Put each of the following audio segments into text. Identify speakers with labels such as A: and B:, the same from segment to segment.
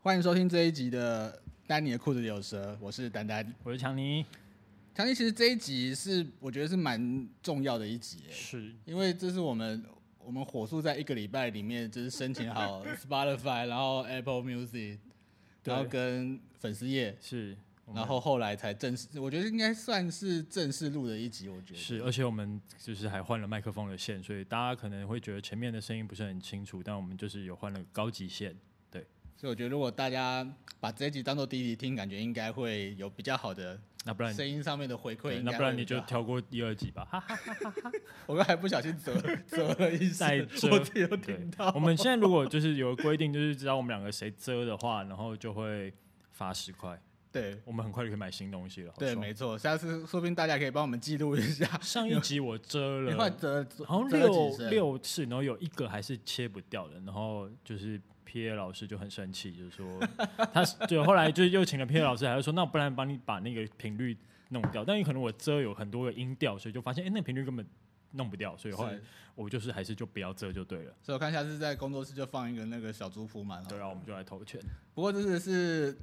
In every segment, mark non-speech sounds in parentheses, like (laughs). A: 欢迎收听这一集的《丹尼的裤子里有蛇》，我是丹丹。
B: 我是强尼，
A: 强尼，其实这一集是我觉得是蛮重要的一集耶，
B: 是
A: 因为这是我们我们火速在一个礼拜里面就是申请
B: (laughs)
A: 好 Spotify，然后 Apple Music，然后
B: 对
A: 跟粉丝页，
B: 是，我们
A: 然后后来才正式，我觉得应该算是正式录的一集，我觉得
B: 是，而且我们就是还换了麦克风的线，所以大家可能会觉得前面的声音不是很清楚，但我们就是有换了高级线。
A: 所以我觉得如果大家把这一集当做第一集听，感觉应该会有比较好的
B: 那不然
A: 声音上面的回馈
B: 对，
A: 应该会比较好。
B: 那不然你就跳过第二集吧，哈哈。
A: 我刚才不小心
B: (laughs)
A: 折折了一下
B: 再，折
A: 我自己都
B: 对
A: 听到。
B: 我们现在如果就是有规定，就是知道我们两个谁遮的话，然后就会罚十块。
A: 对
B: 我们很快就可以买新东西了，好
A: 对，
B: 爽
A: 没错，下次说不定大家可以帮我们记录一
B: (laughs)
A: 下，
B: 上一集我遮
A: 你快
B: 了，
A: 折
B: 啊好像
A: 折了几
B: 六
A: 声
B: 六次，然后有一个还是切不掉的，然后就是。P A 老师就很生气，就说他对，后来就又请了 P A 老师，还是说那不然帮你把那个频率弄掉，但有可能我遮有很多个音调，所以就发现哎、诶那频率根本弄不掉，所以后来
A: 是
B: 我就是还是就不要遮就对了。
A: 所以我看下次在工作室就放一个那个小猪铺满
B: 对，
A: 了。
B: 然后我们就来投钱。
A: 不过这次是，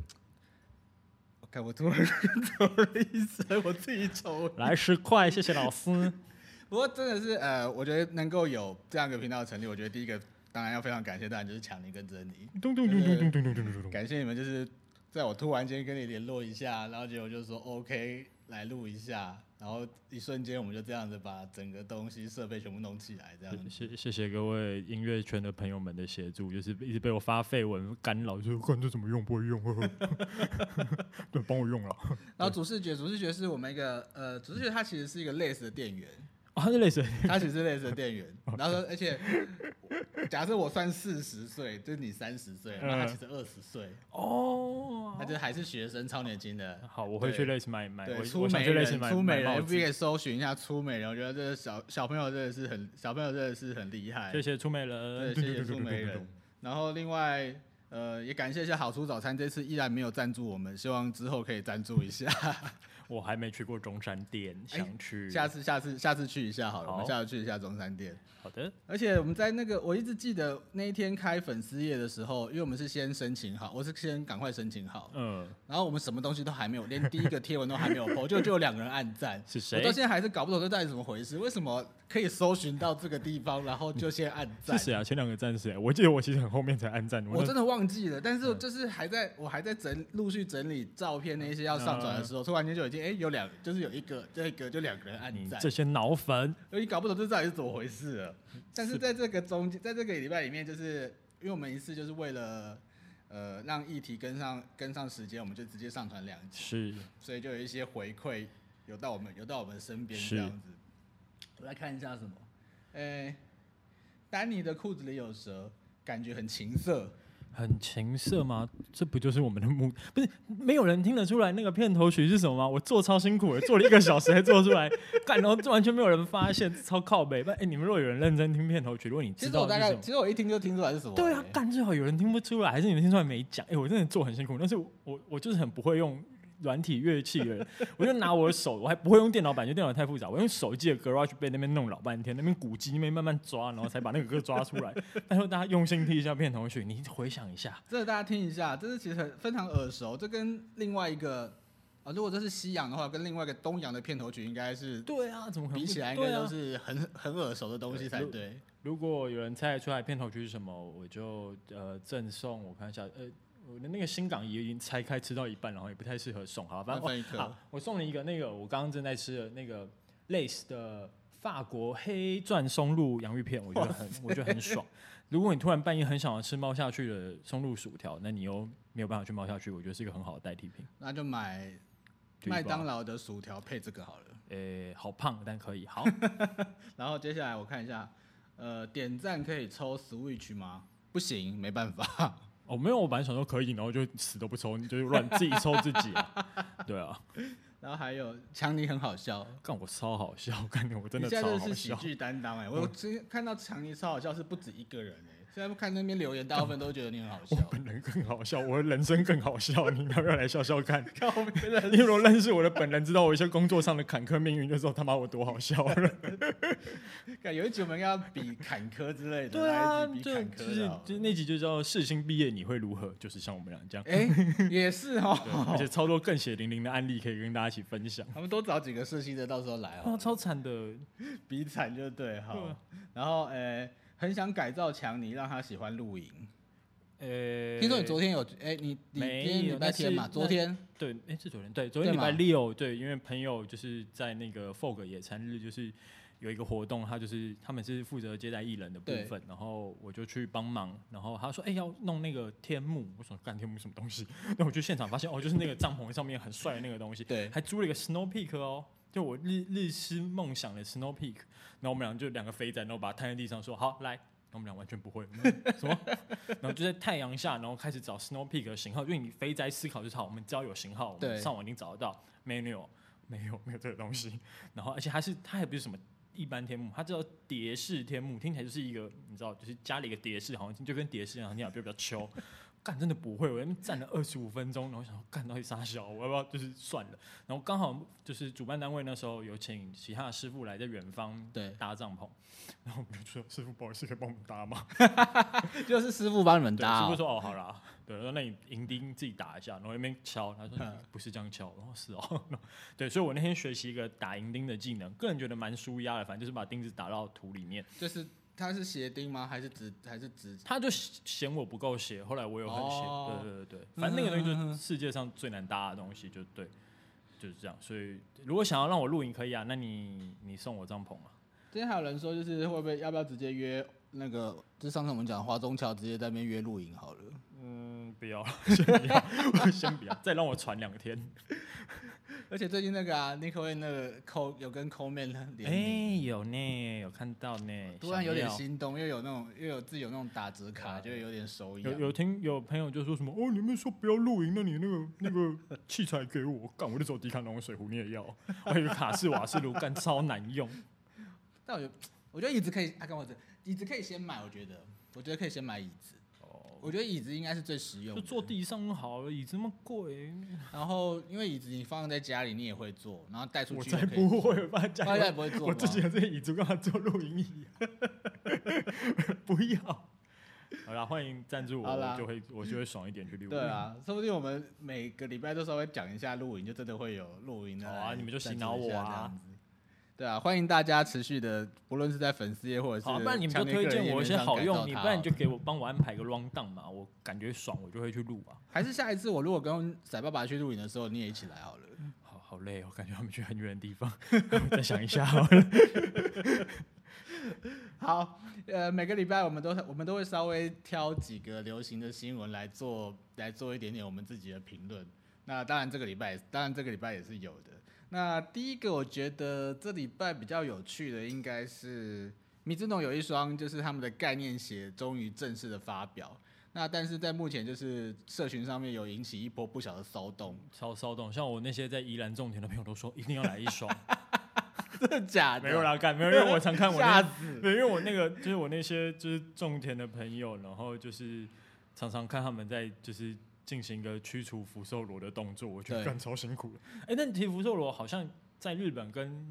A: 我看我突然 (laughs) 折了一声，我自己抽。
B: 来十块，谢谢老师。
A: 不过真的是呃，我觉得能够有这样一个频道的成立，我觉得第一个当然要非常感谢，当然就是强尼跟珍妮。
B: 咚咚咚咚咚咚咚咚咚咚。
A: 感谢你们，就是在我突然间跟你联络一下，然后结果就说 OK 来录一下，然后一瞬间我们就这样子把整个东西设备全部弄起来，这样子。
B: 谢谢谢各位音乐圈的朋友们的协助，就是一直被我发绯闻干扰，就是看这怎么用不会用，呵 (laughs) 呵对，帮我用了。
A: 然后主视觉，主视觉是我们一个呃，主视觉它其实是一个类似的店员，
B: (laughs) 啊，这类似
A: 它其实是类似的店员。然后而且假设我算四十岁，就是你三十岁，
B: 嗯
A: 然后他其实二十岁，
B: 哦
A: 他，就还是学生，超年轻的。
B: (laughs) 好，我会去类似买买，
A: 对，
B: 哦我
A: 出
B: 我想
A: 美
B: 去类似
A: 人，
B: 买
A: 出美
B: 买
A: 人
B: 帽
A: ，FB 可
B: 子。
A: 以搜寻一下出美人。我觉得这个小小朋友真的是很，小朋友真的是很厉害。
B: 谢谢出美人，
A: 嗯对，谢谢苏梅人。然后另外，呃，也感谢一下好出早餐，这次依然没有赞助我们，希望之后可以赞助一 (laughs) 下。
B: (laughs) 我还没去过中山店，想去。
A: 哎下次、下次、下次去一下好了，我们
B: 好
A: 下次去一下中山店。
B: 好的，
A: 而且我们在那个，我一直记得那一天开粉丝页的时候，因为我们是先申请好，我是先赶快申请好，
B: 嗯，
A: 然后我们什么东西都还没有，连第一个贴文都还没有 po，就就有两个人按赞。
B: 是
A: 我
B: 谁
A: 到？现在还是搞不懂这到底怎么回事，为什么可以搜寻到这个地方，然后就先按
B: 是
A: 赞？
B: 谁啊？前两个站是谁？我记得我其实很后面才按赞，
A: 我
B: 那
A: 真的忘记了，但是
B: 嗯
A: 就是还在我还在整陆续整理照片那些要上
B: 嗯
A: 传的时候，突然间就已经哎、有两就是有一个这一个就两个人按
B: 你
A: 赞，
B: 这些脑粉，
A: 所以搞不懂这到底是怎么回事
B: (laughs)
A: 了。但是在这个中间，在这个礼拜里面，就是因为我们一次就是为了呃让议题跟上跟上时间，我们就直接上传两集，
B: 是
A: 所以就有一些回馈有到我们有到我们身边
B: 是
A: 这样子。我来看一下什么，哎、丹尼的裤子里有蛇，感觉很情色。
B: 很情色吗？这不就是我们的目？不是，没有人听得出来那个片头曲是什么吗？我做超辛苦欸的，做了一个小时才做出
A: (laughs)
B: 来，干，然后完全没有人发现，超靠北。不然，哎、你们如果有人认真听片头曲，如果你
A: 其
B: 知
A: 实我
B: 道
A: 大
B: 是什
A: 概，
B: 么，
A: 其实我一听就听出来是什么、
B: 对啊
A: 欸，
B: 干最好有人听不出来，还是你们听出来没讲？哎、我真的做很辛苦，但是我我我就是很不会用软体乐器 (laughs) 的人，我就拿我的手，我还不会用电脑版，因为电脑太复杂，我用手机的 Garage Band 那边弄老半天，那边鼓机那边慢慢抓，然后才把那个歌抓出 (laughs) 来。但是大家用心听一下片头曲，你回想一下。
A: 这个大家听一下，这是其实很非常耳熟，这跟另外一个啊、如果这是西洋的话，跟另外一个东洋的片头曲应该是
B: 对啊，怎么可能
A: 比
B: 不
A: 起来，应
B: 对
A: 该
B: 啊
A: 都是很、很耳熟的东西才对。
B: 如果有人猜得出来片头曲是什么，我就呃赠送。我看一下，呃，我的那个新港也已经拆开吃到一半，然后也不太适合送，好，反
A: 万
B: 正我、
A: 分一刻，
B: 啊，我送你一个那个我刚刚正在吃的那个 Lace 的法国黑钻松露洋芋片，我觉得很我觉得很爽。如果你突然半夜很想要吃猫下去的松露薯条，那你又没有办法去猫下去，我觉得是一个很好的代替品。
A: 那就买
B: 就一包
A: 麦当劳的薯条配这个好了。
B: 呃，好胖但可以，好，
A: 然后接下来我看一下，呃，点赞可以抽 Switch 吗？不行，没办法。 (laughs)
B: (laughs) 哦，没有，我本来想说可以，然后就死都不抽，你就乱自己抽自己、啊，对啊。
A: 然后还有强尼很好笑，
B: 干我超好笑，我感觉我真
A: 你
B: 的
A: 现在
B: 超
A: 真的
B: 好
A: 是喜
B: 笑。
A: 剧担当哎、我之前看到强尼超好笑是不止一个人哎、现在看那边留言，大部分都觉得你很好笑
B: 我。本人更好笑，我的人生更好笑，你们要不要来笑笑看？
A: 看后面真的
B: (laughs) 你如果认识我的本人，知道我一些工作上的坎坷命运的时候，他妈我多好笑了。
A: 感有一集我们要比坎坷之类的，
B: 对啊，
A: 来一集比
B: 就
A: 坎
B: 就
A: 坷的
B: 是
A: 好了。
B: 就那集就叫“世新毕业你会如何”，就是像我们俩这样。
A: 哎、也是
B: 对，
A: 哦 (laughs)
B: 而。且超多更血淋淋的案例可以跟大家一起分享。
A: 我们多找几个实习的，到时候来
B: 哇，
A: 哦，
B: 超惨的，
A: 比惨就对好。
B: 对啊
A: 然后呃、很想改造强尼，让他喜欢露营。
B: 呃，
A: 听说你昨天有哎、你你
B: 没
A: 今天礼
B: 有
A: 拜
B: 但是
A: 天嘛？
B: 那
A: 昨天
B: 对，哎、是昨天对，昨天
A: 对
B: 礼拜
A: 嘛
B: 六对，因为朋友就是在那个 Fog 野餐日，就是有一个活动，他就是他们是负责接待艺人的部
A: 对
B: 分，然后我就去帮忙，然后他说，哎、要弄那个天幕，我说干天幕什么东西？ (laughs) 那我去现场发现，哦，就是那个帐篷上面很帅的那个东西，
A: 对
B: 还租了一个 Snow Peak 哦。就我日日思梦想的 Snow Peak，然后我们俩就两个肥仔，然后把它摊在地上说好来，然后我们俩完全不会，我们俩什么 (laughs) 然后就在太阳下，然后开始找 Snow Peak 的型号，因为你肥宅思考就是好，我们只要有型号，我
A: 对
B: 们上网已经找得到，没有，没有，没有这个东西。然后而且它是它还不是什么一般天幕，它叫蝶式天幕，听起来就是一个你知道，就是加了一个蝶式，好像就跟蝶式一样，听起来就比较秋。干真的不会，我在那边站了二十五分钟，然后想说干到底傻小，我要不要就是算了。然后刚好就是主办单位那时候有请其他的师傅来在远方
A: 对，
B: 搭帐篷，然后我们就说师傅不好意思，可以帮我们搭吗？
A: 就是师傅帮你们
B: 对，
A: 搭
B: 师傅
A: 哦、
B: 说哦，好啦，对，然后那你银钉自己打一下，然后那边敲，他说
A: 嗯
B: 不是这样敲，然后是哦， (laughs) 对，所以我那天学习一个打银钉的技能，个人觉得蛮舒压的，反正就是把钉子打到土里面。
A: 就是他是斜钉吗？还是直还是直？
B: 他就嫌我不够斜，后来我有很斜，
A: 哦
B: 对对对对，反正那个东
A: 嗯嗯
B: 西
A: 嗯
B: 就
A: 嗯
B: 是世界上最难搭的东西，就对，就是这样。所以如果想要让我露营可以啊，那你你送我帐篷啊，
A: 之前还有人说，就是会不会要不要直接约那个？就上次我们讲华中桥，直接在那边约露营好了。
B: 嗯，不要，先不要， (laughs) 我先不要，再让我传两天。
A: 而且最近那个啊 n i c o 那个 Co 有跟 Co Man 联
B: 哎、
A: 名，
B: 有呢，有看到呢，
A: 突然有
B: 想
A: 点
B: 要啊
A: 心动，又有那种又有自己有那种打折卡，就有点手痒。
B: 有有听有朋友就说什么哦，你们说不要露营，那你那个那个器材给我，干我就走迪卡侬水壶你也要，我有卡式瓦斯炉，干超难用。
A: 但我觉得，我觉得椅子可以，啊，跟我这椅子可以先买，我觉得，我觉得可以先买椅子。
B: 哦，
A: 我觉得椅子应该是最实用
B: 就
A: 的。
B: 坐地上好了，椅子那么贵，
A: 然后因为椅子你放在家里你也会坐，然后带出
B: 我
A: 去也
B: 才
A: 可以
B: 不
A: 坐。
B: 会吧？家
A: 放在家
B: 里
A: 里不会坐
B: 我自己
A: 吗
B: 的这椅子干嘛做露营椅、啊？ (laughs) 不要。好啦，欢迎赞助我，
A: 好啦
B: 我就会我就会爽一点去露营。
A: 对，啊，说不定我们每个礼拜都稍微讲一下露营，就真的会有露营的
B: 好
A: 来赞助一下。
B: 啊你们就洗脑我啊
A: 这样子。对啊，欢迎大家持续的，不论是在粉丝页或者是
B: 好，不然你们就
A: 强烈个
B: 推
A: 人
B: 荐
A: 页
B: 我一
A: 面
B: 些
A: 上
B: 好
A: 改
B: 用，
A: 造
B: 你
A: 它
B: 不然
A: 哦
B: 你就给我帮我安排个 round down 嘛，我感觉爽，我就会去录啊。
A: 还是下一次我如果跟仔爸爸去露营的时候，你也一起来好了。
B: 好好累哦，感觉他们去很远的地 (laughs) 方，我再想一下好了。
A: 好，呃，每个礼拜我们都我们都会稍微挑几个流行的新闻来做来做一点点我们自己的评论。那当然这个礼拜，当然这个礼拜也是有的。那第一个，我觉得这礼拜比较有趣的应该是米之农有一双，就是他们的概念鞋终于正式的发表。那但是在目前就是社群上面有引起一波不小的骚动，
B: 超骚动，像我那些在宜兰种田的朋友都说一定要来一双，
A: 真的假的？
B: (laughs) 没有，啦，干没有，因为我常看我
A: 吓
B: 那，
A: 死！
B: 对，因为我那个就是我那些就是种田的朋友，然后就是常常看他们在就是进行一个驱除福寿螺的动作，我觉得
A: 对
B: 干超辛苦的。哎、但其实福寿螺好像在日本跟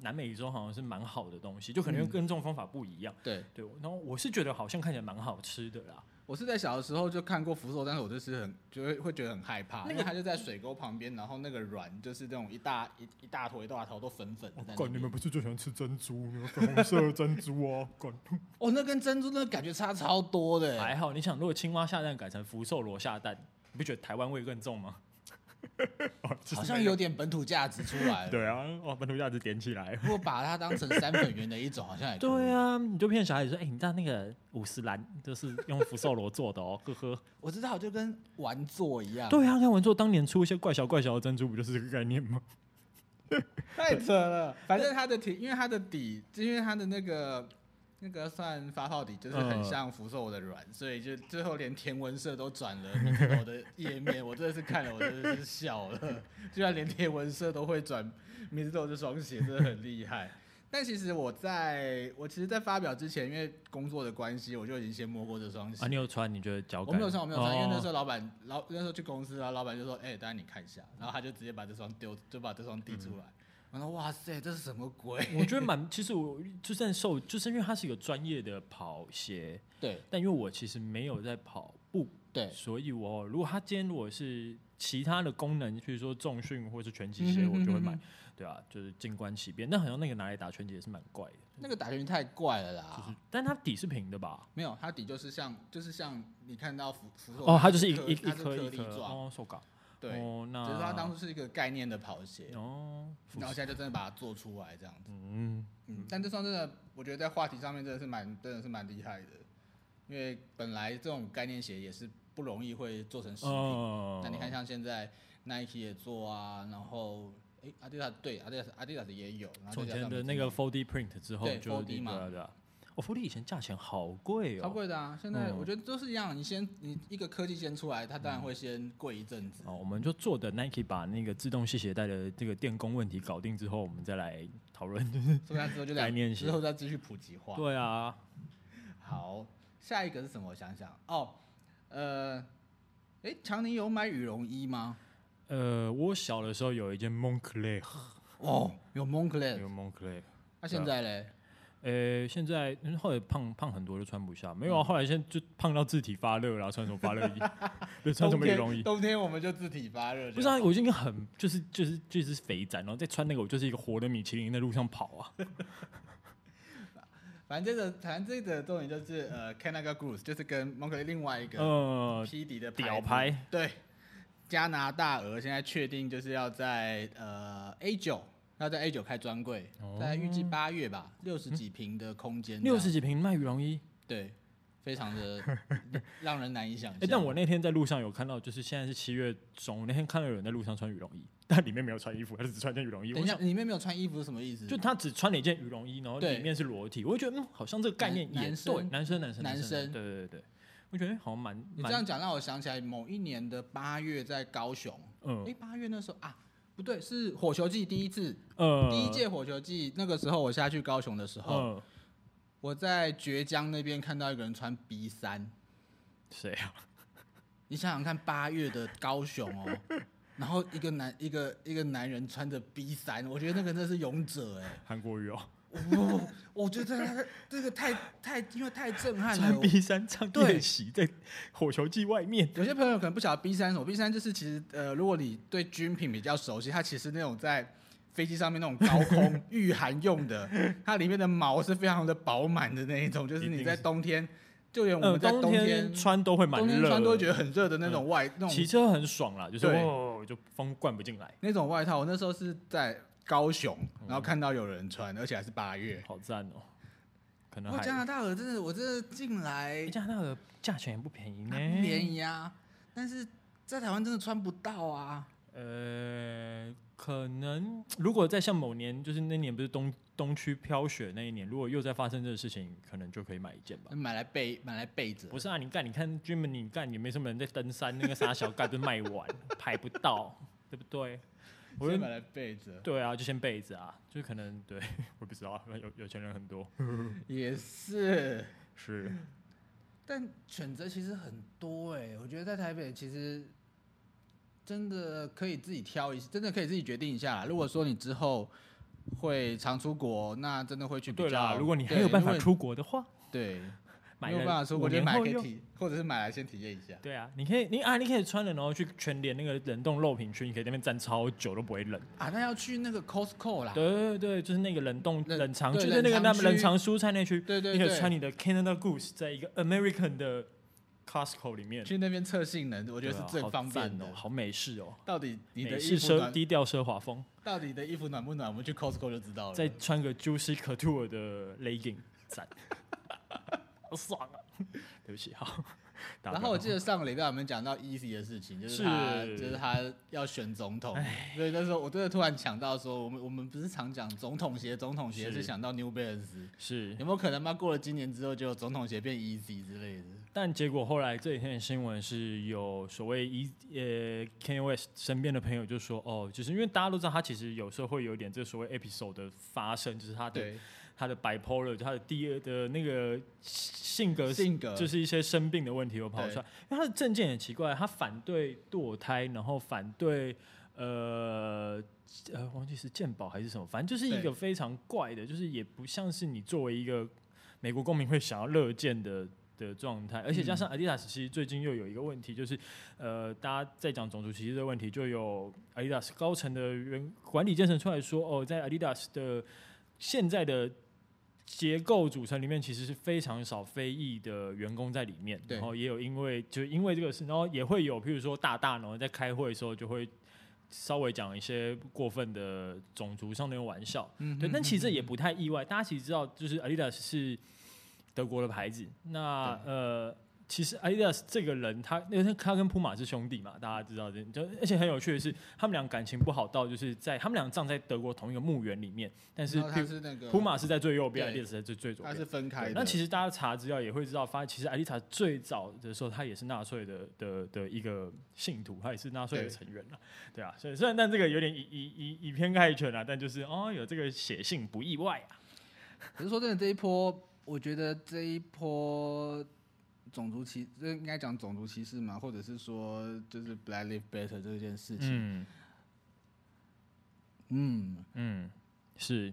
B: 南美洲好像是蛮好的东西，就可
A: 嗯
B: 能用耕种方法不一样。
A: 对，
B: 对，然后我是觉得好像看起来蛮好吃的啦。
A: 我是在小的时候就看过福寿，但是我就是很就会会觉得很害怕，
B: 那个
A: 因为它就在水沟旁边，然后那个卵就是那种一大一一大坨一大坨都粉粉的在那
B: 哦干，你们
A: 边。
B: 不是最喜欢吃珍珠，你们粉红色的珍珠 (laughs) 哦，干。
A: 哦，那跟珍珠那个感觉差超多的欸，
B: 还好，你想，如果青蛙下蛋改成福寿螺下蛋，你不觉得台湾味更重吗？哦就是
A: 好像有点本土价值出来了。
B: 对啊，哦，本土价值点起来。
A: 如果把它当成三粉圆的一种，好像也可以
B: 对。啊，你就骗小孩子说，哎、你知道那个五十兰就是用福寿螺做的哦，呵呵。
A: 我知道，就跟玩做一样。，
B: 对啊，看文做当年出一些怪小怪小的珍珠，不就是这个概念吗？
A: 太扯了。反正它的底，因为它的底，因为它的那个那个算发泡底，就是很像福寿螺的卵，所以就最后连田文社都转了米子楼的页面，我真的是看了我真的是笑了，居然连田文社都会转米子楼这双鞋，真的很厉害。但其实我在我其实，在发表之前，因为工作的关系，我就已经先摸过这双鞋
B: 啊，。你有穿？你觉得脚
A: 我
B: 感？
A: 没有穿，我没有穿，因为那时
B: 候
A: 候老板老那时候去公司，然后老板就说：“哎、丹然你看一下。”然后他就直接把这双丢，就把这双递出来。我说：“哇塞，这是什么鬼
B: 我觉得蛮，其实我就算受，就是因为它是一个专业的跑鞋，？”
A: 对
B: 但因为我其实没有在跑步，
A: (laughs) 对，
B: 所以我如果它今天如果是其他的功能，比如说重训或是拳击鞋，
A: 嗯哼
B: 我就会买
A: 嗯哼。
B: 对啊，就是静观其变。但好像那个拿来打拳击也是蛮怪的，
A: 那个打拳太怪了啦。
B: 就是，但它底是平的吧？
A: 没有，它底就是像，就是像你看到福福寿
B: 哦，它就是一一
A: 它
B: 一
A: 是
B: 颗
A: 颗
B: 一
A: 粒
B: 颗
A: 状，
B: 哦，手稿。
A: 对，
B: 哦，那
A: 只是它当初是一个概念的跑鞋，
B: 哦，复
A: 然后
B: 制
A: 现在就真的把它做出来这样子。
B: 嗯，
A: 嗯，但这双真的，我觉得在话题上面真的是蛮，真的是蛮厉害的，因为本来这种概念鞋也是不容易会做成实体。
B: 哦，
A: 那你看，像现在 Nike 也做啊，然后哎，阿迪达斯对，阿迪达斯阿迪达斯也有，然后
B: 从
A: 再加
B: 前
A: 上
B: 的
A: 米
B: 那
A: 津
B: 个 4D print 之后
A: 对
B: 就
A: 4D
B: 那个
A: 嘛
B: 对啊，哦，4D 以前价钱好贵
A: 超
B: 哦，
A: 贵的啊！现在
B: 嗯
A: 我觉得都是一样，你先你一个科技先出来，它当然会先贵一阵子。
B: 哦，我们就坐等 Nike 把那个自动系鞋带的这个电工问题搞定之后，我们再来讨论。
A: 所以它之后就
B: (laughs) 概
A: 两
B: 念鞋
A: 之后再继续普及化。
B: 对啊，
A: 好，下一个是什么？我想想哦，呃，哎，强尼有买羽绒衣吗？
B: 呃，我小的时候有一件 Moncler，
A: 哦，有
B: 有
A: Moncler，
B: Moncler，
A: 那、现在嘞？
B: 呃，现在嗯后来胖胖很多就穿不下，没有
A: 嗯
B: 啊，后来现在就胖到自体发热啦，穿什么发热衣，
A: (laughs)
B: 就穿什么羽绒衣。
A: 冬天冬天我们就自体发热，
B: 不是啊，我已经很就是就是就是肥宅，然后再穿那个，我就是一个活的米其林在路上跑啊。
A: 反正这个，反正这个重点就是呃 c a n a g a Goose 就是跟 Moncler 另外一个
B: 呃，
A: 匹敌的牌子
B: 屌牌，
A: 对，加拿大鹅现在确定就是要在呃 A 九，要在 A 九开专柜，
B: 哦
A: 大概预计八月吧，六十几平的空间，
B: 六十几平卖羽绒衣。
A: 对，非常的
B: (laughs)
A: 让人难以想
B: 哎、
A: 象。
B: 但我那天在路上有看到，就是现在是七月中，我那天看到有人在路上穿羽绒衣，但里面没有穿衣服，他只穿件羽绒衣。
A: 等
B: 我
A: 一下
B: 想，
A: 里面没有穿衣服是什么意思？
B: 就他只穿了一件羽绒衣，然后
A: 对
B: 里面是裸体，我就觉得嗯，好像这个概念也
A: 男男生
B: 对，男生男生
A: 男
B: 生，
A: 生
B: 对对对对，我觉得好像蛮
A: 你这
B: 蛮
A: 样讲让我想起来，某一年的八月在高雄，
B: 嗯
A: 哎，八月那时候啊，不对，是火球季第一次，
B: 呃
A: 第一哦届火球季那个时候我下去高雄的时候，
B: 嗯
A: 我在绝江那边看到一个人穿 B 三，
B: 谁啊？
A: 你想想看，八月的高雄
B: (laughs)
A: 哦，然后一个男一个一个男人穿着 B 三，我觉得那个真的是勇者
B: (laughs)
A: 哎、
B: 韩
A: (laughs)
B: 国语哦，
A: 我我我觉得他这个太太因为太震撼了
B: 穿。B 三唱
A: 对
B: 夜袭在火球季外面。
A: 有些朋友可能不晓得 B 三什么，B 三就是其实呃，如果你对军品比较熟悉，它其实那种在飞机上面那种高空
B: (laughs)
A: 御寒用的，它里面的毛是非常的饱满的那一种，就是
B: 一定
A: 你
B: 是
A: 在冬天，就连我
B: 呃，
A: 们在
B: 冬天穿都会蛮
A: 冬天
B: 热，
A: 穿都会觉得很热的那种外、那
B: 骑
A: 种
B: 车很爽啦，就是
A: 对
B: 哦，就风灌不进来，
A: 那种外套。我那时候是在高雄，然后看到有人穿，而且还是八月。
B: 好赞哦。可能
A: 哇，
B: 还
A: 加拿大鹅真的，我真的进来
B: 诶加拿大的价钱也不便宜呢，
A: 它不便。宜啊，但是在台湾真的穿不到啊。
B: 呃，可能如果在像某年，就是那年不是东东区飘雪那一年，如果又再发生这个事情，可能就可以买一件吧。
A: 买来备，买来备着。
B: 不是啊，你干，你看 Jim，你干也没什么人在登山，那个傻小盖都卖完， (laughs) 排不到，对不对？我
A: 先
B: 就
A: 买来备着。
B: 对啊，就先备着啊，就是可能对，我不知道，有有钱人很多，
A: 也是，
B: 是
A: 嗯但选择其实很多哎、我觉得在台北其实真的可以自己挑一，真的可以自己决定一下啦。如果说你之后会常出国，那真的会去比较。
B: 对啦，如果你还
A: 对
B: 有办法，
A: 如果
B: 出国的话，
A: 你对，
B: 买
A: 没有
B: 了
A: 办法出
B: 五
A: 国就
B: 年
A: 买
B: 后
A: 可以
B: 用
A: 体，或者是买来先体验一下。
B: 对啊，你可以，你啊，你可以穿了，然后去全联那个冷冻肉品区，你可以在那边站超久都不会冷。
A: 啊，那要去那个 Costco 啦。
B: 对对对，就是那个冷冻
A: 冷
B: 冷藏，
A: 啊对
B: 就是那个
A: 冷藏
B: 那么
A: 区
B: 冷藏蔬菜那区，
A: 对对
B: 你可以穿
A: 对，
B: 你的 Canada Goose 在一个 American 的 Costco 里面，
A: 去那边测性能，我觉得是
B: 对啊
A: 最
B: 好
A: 方便
B: 赞
A: 的。
B: 哦，好美式哦，
A: 到底你的
B: 美
A: 衣
B: 式
A: 服
B: 奢
A: 暖，
B: 低调奢华风，
A: 到底你的衣服暖不暖？我们去 Costco 就知道了。 (laughs)
B: 再穿个 Juicy Couture 的 legging，赞，好爽啊！ (laughs) 对不起，好。打
A: 然
B: 断
A: 后我
B: 了
A: 记得上个礼拜我们讲到 Easy 的事情，就是
B: 是
A: 他就是他要选总统，所以那时候我真的突然想到说，我们我们不是常讲总统鞋，总统鞋
B: 是
A: 是想到 New Balance，
B: 是
A: 有没有可能妈过了今年之后就有总统鞋变 Easy 之类的？
B: 但结果后来这几天的新闻是有所谓一呃 Kanye West 身边的朋友就说，哦，就是因为大家都知道他其实有时候会有点这所谓 episode 的发生，就是他的
A: 对，
B: 他的 bipolar，就他的第二的那个性格
A: 性格
B: 就是一些生病的问题有跑出来。因为他的政见很奇怪，他反对堕胎，然后反对呃呃，忘记是健保还是什么，反正就是一
A: 对
B: 个非常怪的，就是也不像是你作为一个美国公民会想要乐见的。的状态，而且加上 Adidas 其实最近又有一个问题，就是呃，大家在讲种族歧视的问题，就有 Adidas 高层的员管理阶层出来说，哦，在 Adidas 的现在的结构组成里面，其实是非常少非裔的员工在里面，
A: 对
B: 然后也有因为就因为这个事，然后也会有，譬如说大大，然后在开会的时候就会稍微讲一些过分的种族上的玩笑，
A: 嗯
B: 对，但其实这也不太意外。大家其实知道，就是 Adidas 是德国的牌子。那呃，其实 Adidas 这个人，他因为他跟普马是兄弟嘛，大家知道这。就而且很有趣的是，他们俩感情不好到就是在他们俩葬在德国同一个墓园里面，但是
A: 嗯然后他
B: 普
A: 是那个
B: 普马是在最右边
A: 对
B: ，Adidas 在最最左
A: 他
B: 边
A: 是。分开
B: 对
A: 的，
B: 那其实大家查资料也会知道，发现其实艾丽塔最早的时候，她也是纳粹的的的一个信徒，她也是纳粹的
A: 对
B: 成员了，对啊，所以虽然但这个有点以以以以偏概全啊，但就是哦，有这个写信不意外啊，
A: 可是说真的，这一波，我觉得这一波种族歧，这应该讲种族歧视嘛，或者是说就是 Black Lives Matter 这件事情，
B: 嗯
A: 嗯
B: 嗯，是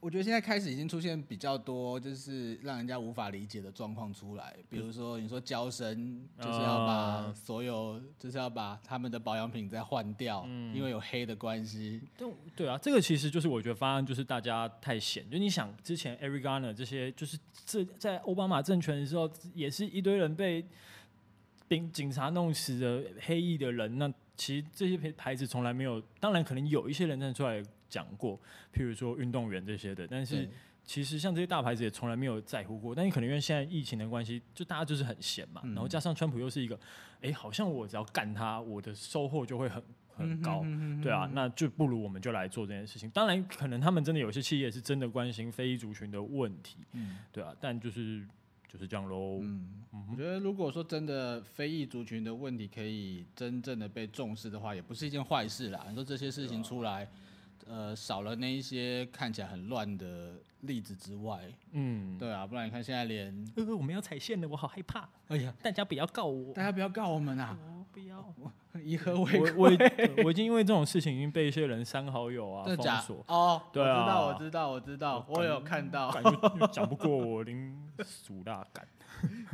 A: 我觉得现在开始已经出现比较多，就是让人家无法理解的状况出来，比如说你说交生就是要把
B: 嗯啊
A: 所有，就是要把他们的保养品再换掉，
B: 嗯
A: 因为有黑的关系，
B: 但我对啊，这个其实就是我觉得方案就是大家太闲，就你想之前 Eric Garner 这些，就是这在奥巴马政权的时候，也是一堆人被警警察弄死的黑裔的人，那其实这些牌牌子从来没有，当然可能有一些人站出来讲过，譬如说运动员这些的，但是
A: 对
B: 其实像这些大牌子也从来没有在乎过，但是可能因为现在疫情的关系，就大家就是很闲嘛，
A: 嗯
B: 然后加上川普又是一个，哎，好像我只要干他，我的收获就会很很
A: 嗯
B: 高，对啊，那就不如我们就来做这件事情。当然，可能他们真的有些企业是真的关心非裔族群的问题，
A: 嗯
B: 对啊，但就是就是这样喽。
A: 嗯，我觉得如果说真的非裔族群的问题可以真正的被重视的话，也不是一件坏事啦。你说这些事
B: 啊
A: 情出来，呃，少了那一些看起来很乱的例子之外，
B: 嗯，
A: 对啊，不然你看现在连，
B: 呃，我们要踩线了，我好害怕，
A: 哎呀，
B: 大家不要告我，
A: 大家不要告我们啊，
B: 我不要。
A: 以和为
B: 我我已 (laughs) 对我已经因为这种事情已经被一些人删好友啊，
A: 真的
B: 封
A: 假
B: 锁？，
A: 哦，
B: 对啊嗯
A: 我知道，我知道，我知道，我有看到，
B: (laughs) 感觉讲不过我，零俗辣感。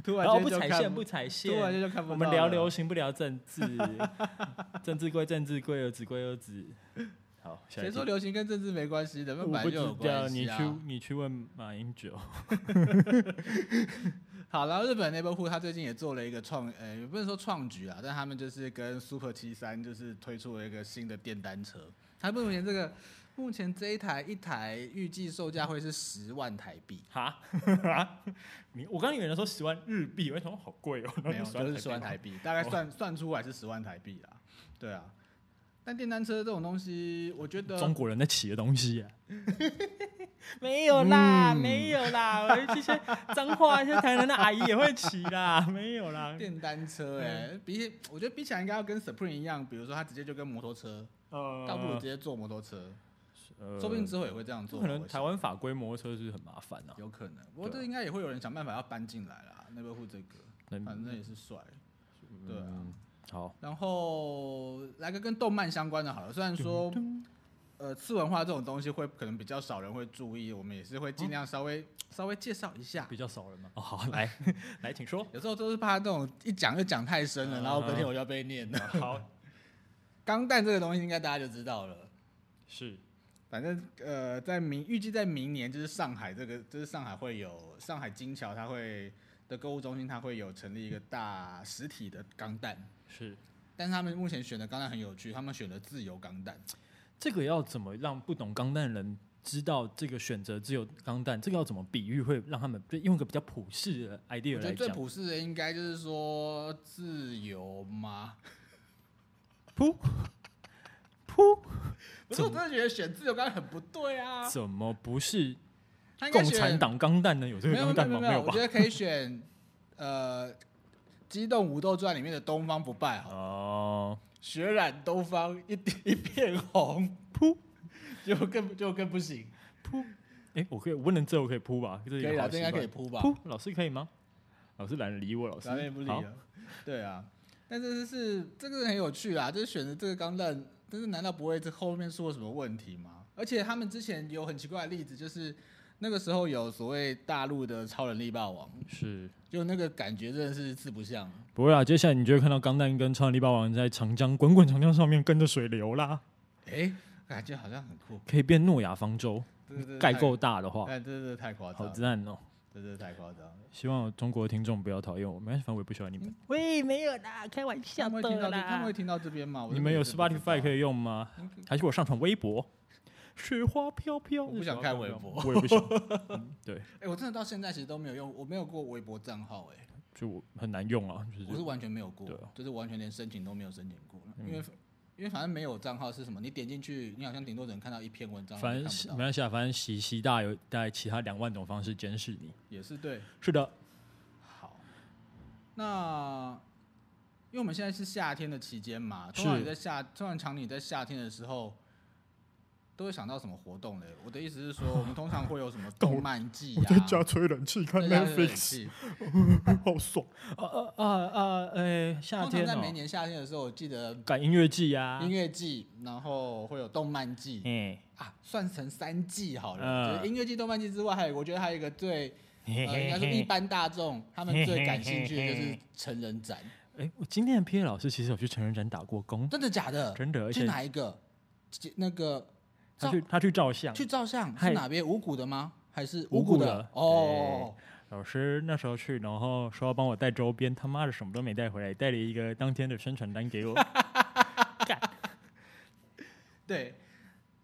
A: 突
B: 然
A: 然
B: 后
A: 间
B: 啊不
A: 就
B: 踩
A: 看
B: 线，不踩
A: 突然间
B: 线。
A: 就看不到。
B: 我们聊流，行，不聊政治，政治归政治，归儿子归儿子。好，下一
A: 谁
B: 题
A: 说流行跟政治没关系的？那本
B: 我
A: 来
B: 不
A: 就
B: 知
A: 有
B: 道，
A: 关
B: 你
A: 系
B: 去
A: 啊。
B: 你去问马英九。
A: 好，然后日本那边户他最近也做了一个创，呃，也不能说创举啊，但他们就是跟 Super 七三就是推出了一个新的电单车。它目前这个目前这一台一台预计售价会是十万台币，
B: 哈， (laughs) 你我刚以为人说十万日币，我想说好贵哦、
A: 没有，就是十万
B: 台
A: 台
B: 币。哦
A: 币，大概算算出来是十万台币啦。对啊，但电单车这种东西，我觉得
B: 中国人在骑的东西、啊， (laughs) 嗯没有啦，没有啦，我这些脏话，这些台南的阿姨也会骑啦，没有啦。
A: 电单车哎、
B: 嗯
A: 比起我觉得比起来应该要跟 Supreme 一样，比如说他直接就跟摩托车，
B: 呃
A: 倒不如直接坐摩托车，
B: 呃
A: 说不定之后也会这样做。
B: 可能
A: 我想
B: 台湾法规摩托车是不是很麻烦啊。
A: 有可能，不过
B: 对啊
A: 这应该也会有人想办法要搬进来啦。那边户这个，
B: 那嗯
A: 反正也啊是帅，对啊。
B: 好，
A: 然后来个跟动漫相关的好了，虽然说。呃，次文化这种东西会可能比较少人会注意，我们也是会尽量稍微、稍微介绍一下。
B: 比较少人嘛。哦，好，来 (laughs) 来，请说。
A: 有时候都是怕这种一讲就讲太深了，然后隔
B: 嗯
A: 天
B: 哼
A: 我就要被念 (laughs) 了。
B: (laughs) 好，
A: 钢弹这个东西应该大家就知道了，
B: 是
A: 反正呃，在明预计在明年就是上海这个，就是上海会有上海金桥，它会的购物中心，它会有成立一个大实体的钢弹。
B: 是，
A: 但是他们目前选的钢弹很有趣，他们选了自由钢弹，
B: 这个要怎么让不懂钢弹人知道这个选择自由钢弹，这个要怎么比喻会让他们对用一个比较普世的 idea
A: 我觉得
B: 来
A: 最
B: 讲？
A: 普世的应该就是说自由吗？
B: 噗噗，
A: 不是，我真的觉得选自由刚刚很不对啊。
B: 怎么不是
A: 他应该
B: 共
A: 选
B: 产党钢弹呢？有这个
A: 没有
B: 钢
A: 没有没有
B: 弹吗？
A: 没
B: 没
A: 有，
B: 有
A: 我
B: 吧
A: 觉？得可以选呃《机动武斗传》里面的东方不败好了，
B: 哦，
A: 血染东方一滴一片红，
B: 噗
A: 就更就更不行。
B: 噗，哎，我可以，我问了之后可以噗吧？这
A: 可
B: 是
A: 以
B: 一个
A: 啦，
B: 好
A: 这
B: 习
A: 应该可以
B: 惯。
A: 扑吧？
B: 噗，老师可以吗？老师懒得理我，老师
A: 咱们也不理
B: 好
A: 了。对啊，但是是这个很有趣啊啦，就是选择这个钢弹，但是难道不会这后面出了什么问题吗？而且他们之前有很奇怪的例子，就是那个时候有所谓大陆的超人力霸王，
B: 是
A: 就那个感觉真的是四不像。
B: 不会啦，啊接下来你就会看到钢弹跟超人力霸王在长江滚滚长江上面跟着水流啦，
A: 哎、感觉好像很酷，
B: 可以变诺亚方舟，
A: 对对对
B: 盖够，大的
A: 太
B: 话，
A: 但真的太夸
B: 啊
A: 张
B: 好
A: 了，
B: 赞哦！
A: 真的太夸张了。
B: 希望有中国的听众不要讨厌我，没关系，反正我也不喜欢你
A: 嗯
B: 们。
C: 喂，没有啦，开玩
A: 他
C: 笑
A: 们会听
C: 的
A: 到这，他
C: 啦
A: 们会。听到这边吗？我
B: 你们有 Spotify 可
A: 以，
B: 以用吗
A: 应？
B: 还是我上传微博？雪花飘飘，
A: 我不想看微博
B: 我也不想。
A: (laughs)
B: 嗯对，
A: 哎、我真的到现在其实都没有用，我没有过微博账号、哎。
B: 就我很难用啊，就
A: 我是
B: 是
A: 完全没有过
B: 对啊，嗯
A: 就是完全连申请都没有申请过，因为因为反正没有账号是什么，你点进去，你好像顶多只能看到一篇文章，
B: 反
A: 你
B: 正
A: 就是看不到，
B: 没关系啊，反正习习大有大概其他两万种方式监视你。
A: 也是对。
B: 是的，
A: 好，那因为我们现在是夏天的期间嘛，通常
B: 是
A: 你在夏，通常常你在夏天的时候。都会想到什么活动嘞？我的意思是说，我们通常会有什么
B: (laughs)
A: 动漫季呀、啊？
B: 吹冷气看
A: 在家吹冷气
B: (laughs) 好爽！啊啊啊啊！呃，夏
A: 通常
B: 天
A: 在每
B: 哦，
A: 年夏天的时候，我记得
B: 赶音乐季啊
A: 音，乐季，然后会有动漫季，
B: 哎，
A: 啊，算成三季好了，就
B: 嗯
A: 是音乐季、动漫季之外，还有我觉得还有一个最呃，
B: 嘿
A: 应
B: 嘿
A: 该说一
B: 嘿。
A: 般大众他们最感兴趣的就是成人展，
B: 哎，我今天的 P A 老师其实有去成人展打过工，
A: 真的假的？
B: 真的，而
A: 去
B: 且
A: 哪一个？去那个
B: 他
A: 照
B: 去他去照相。
A: 去照相
B: 嗨
A: 是哪边？五谷的吗？还是
B: 五
A: 谷
B: 谷
A: 的
B: 的？
A: 哦，
B: 老师那时候去，然后说要帮我带周边，他妈的什么都没带回来，带了一个当天的宣传
A: (laughs)
B: 单给我。
A: 对，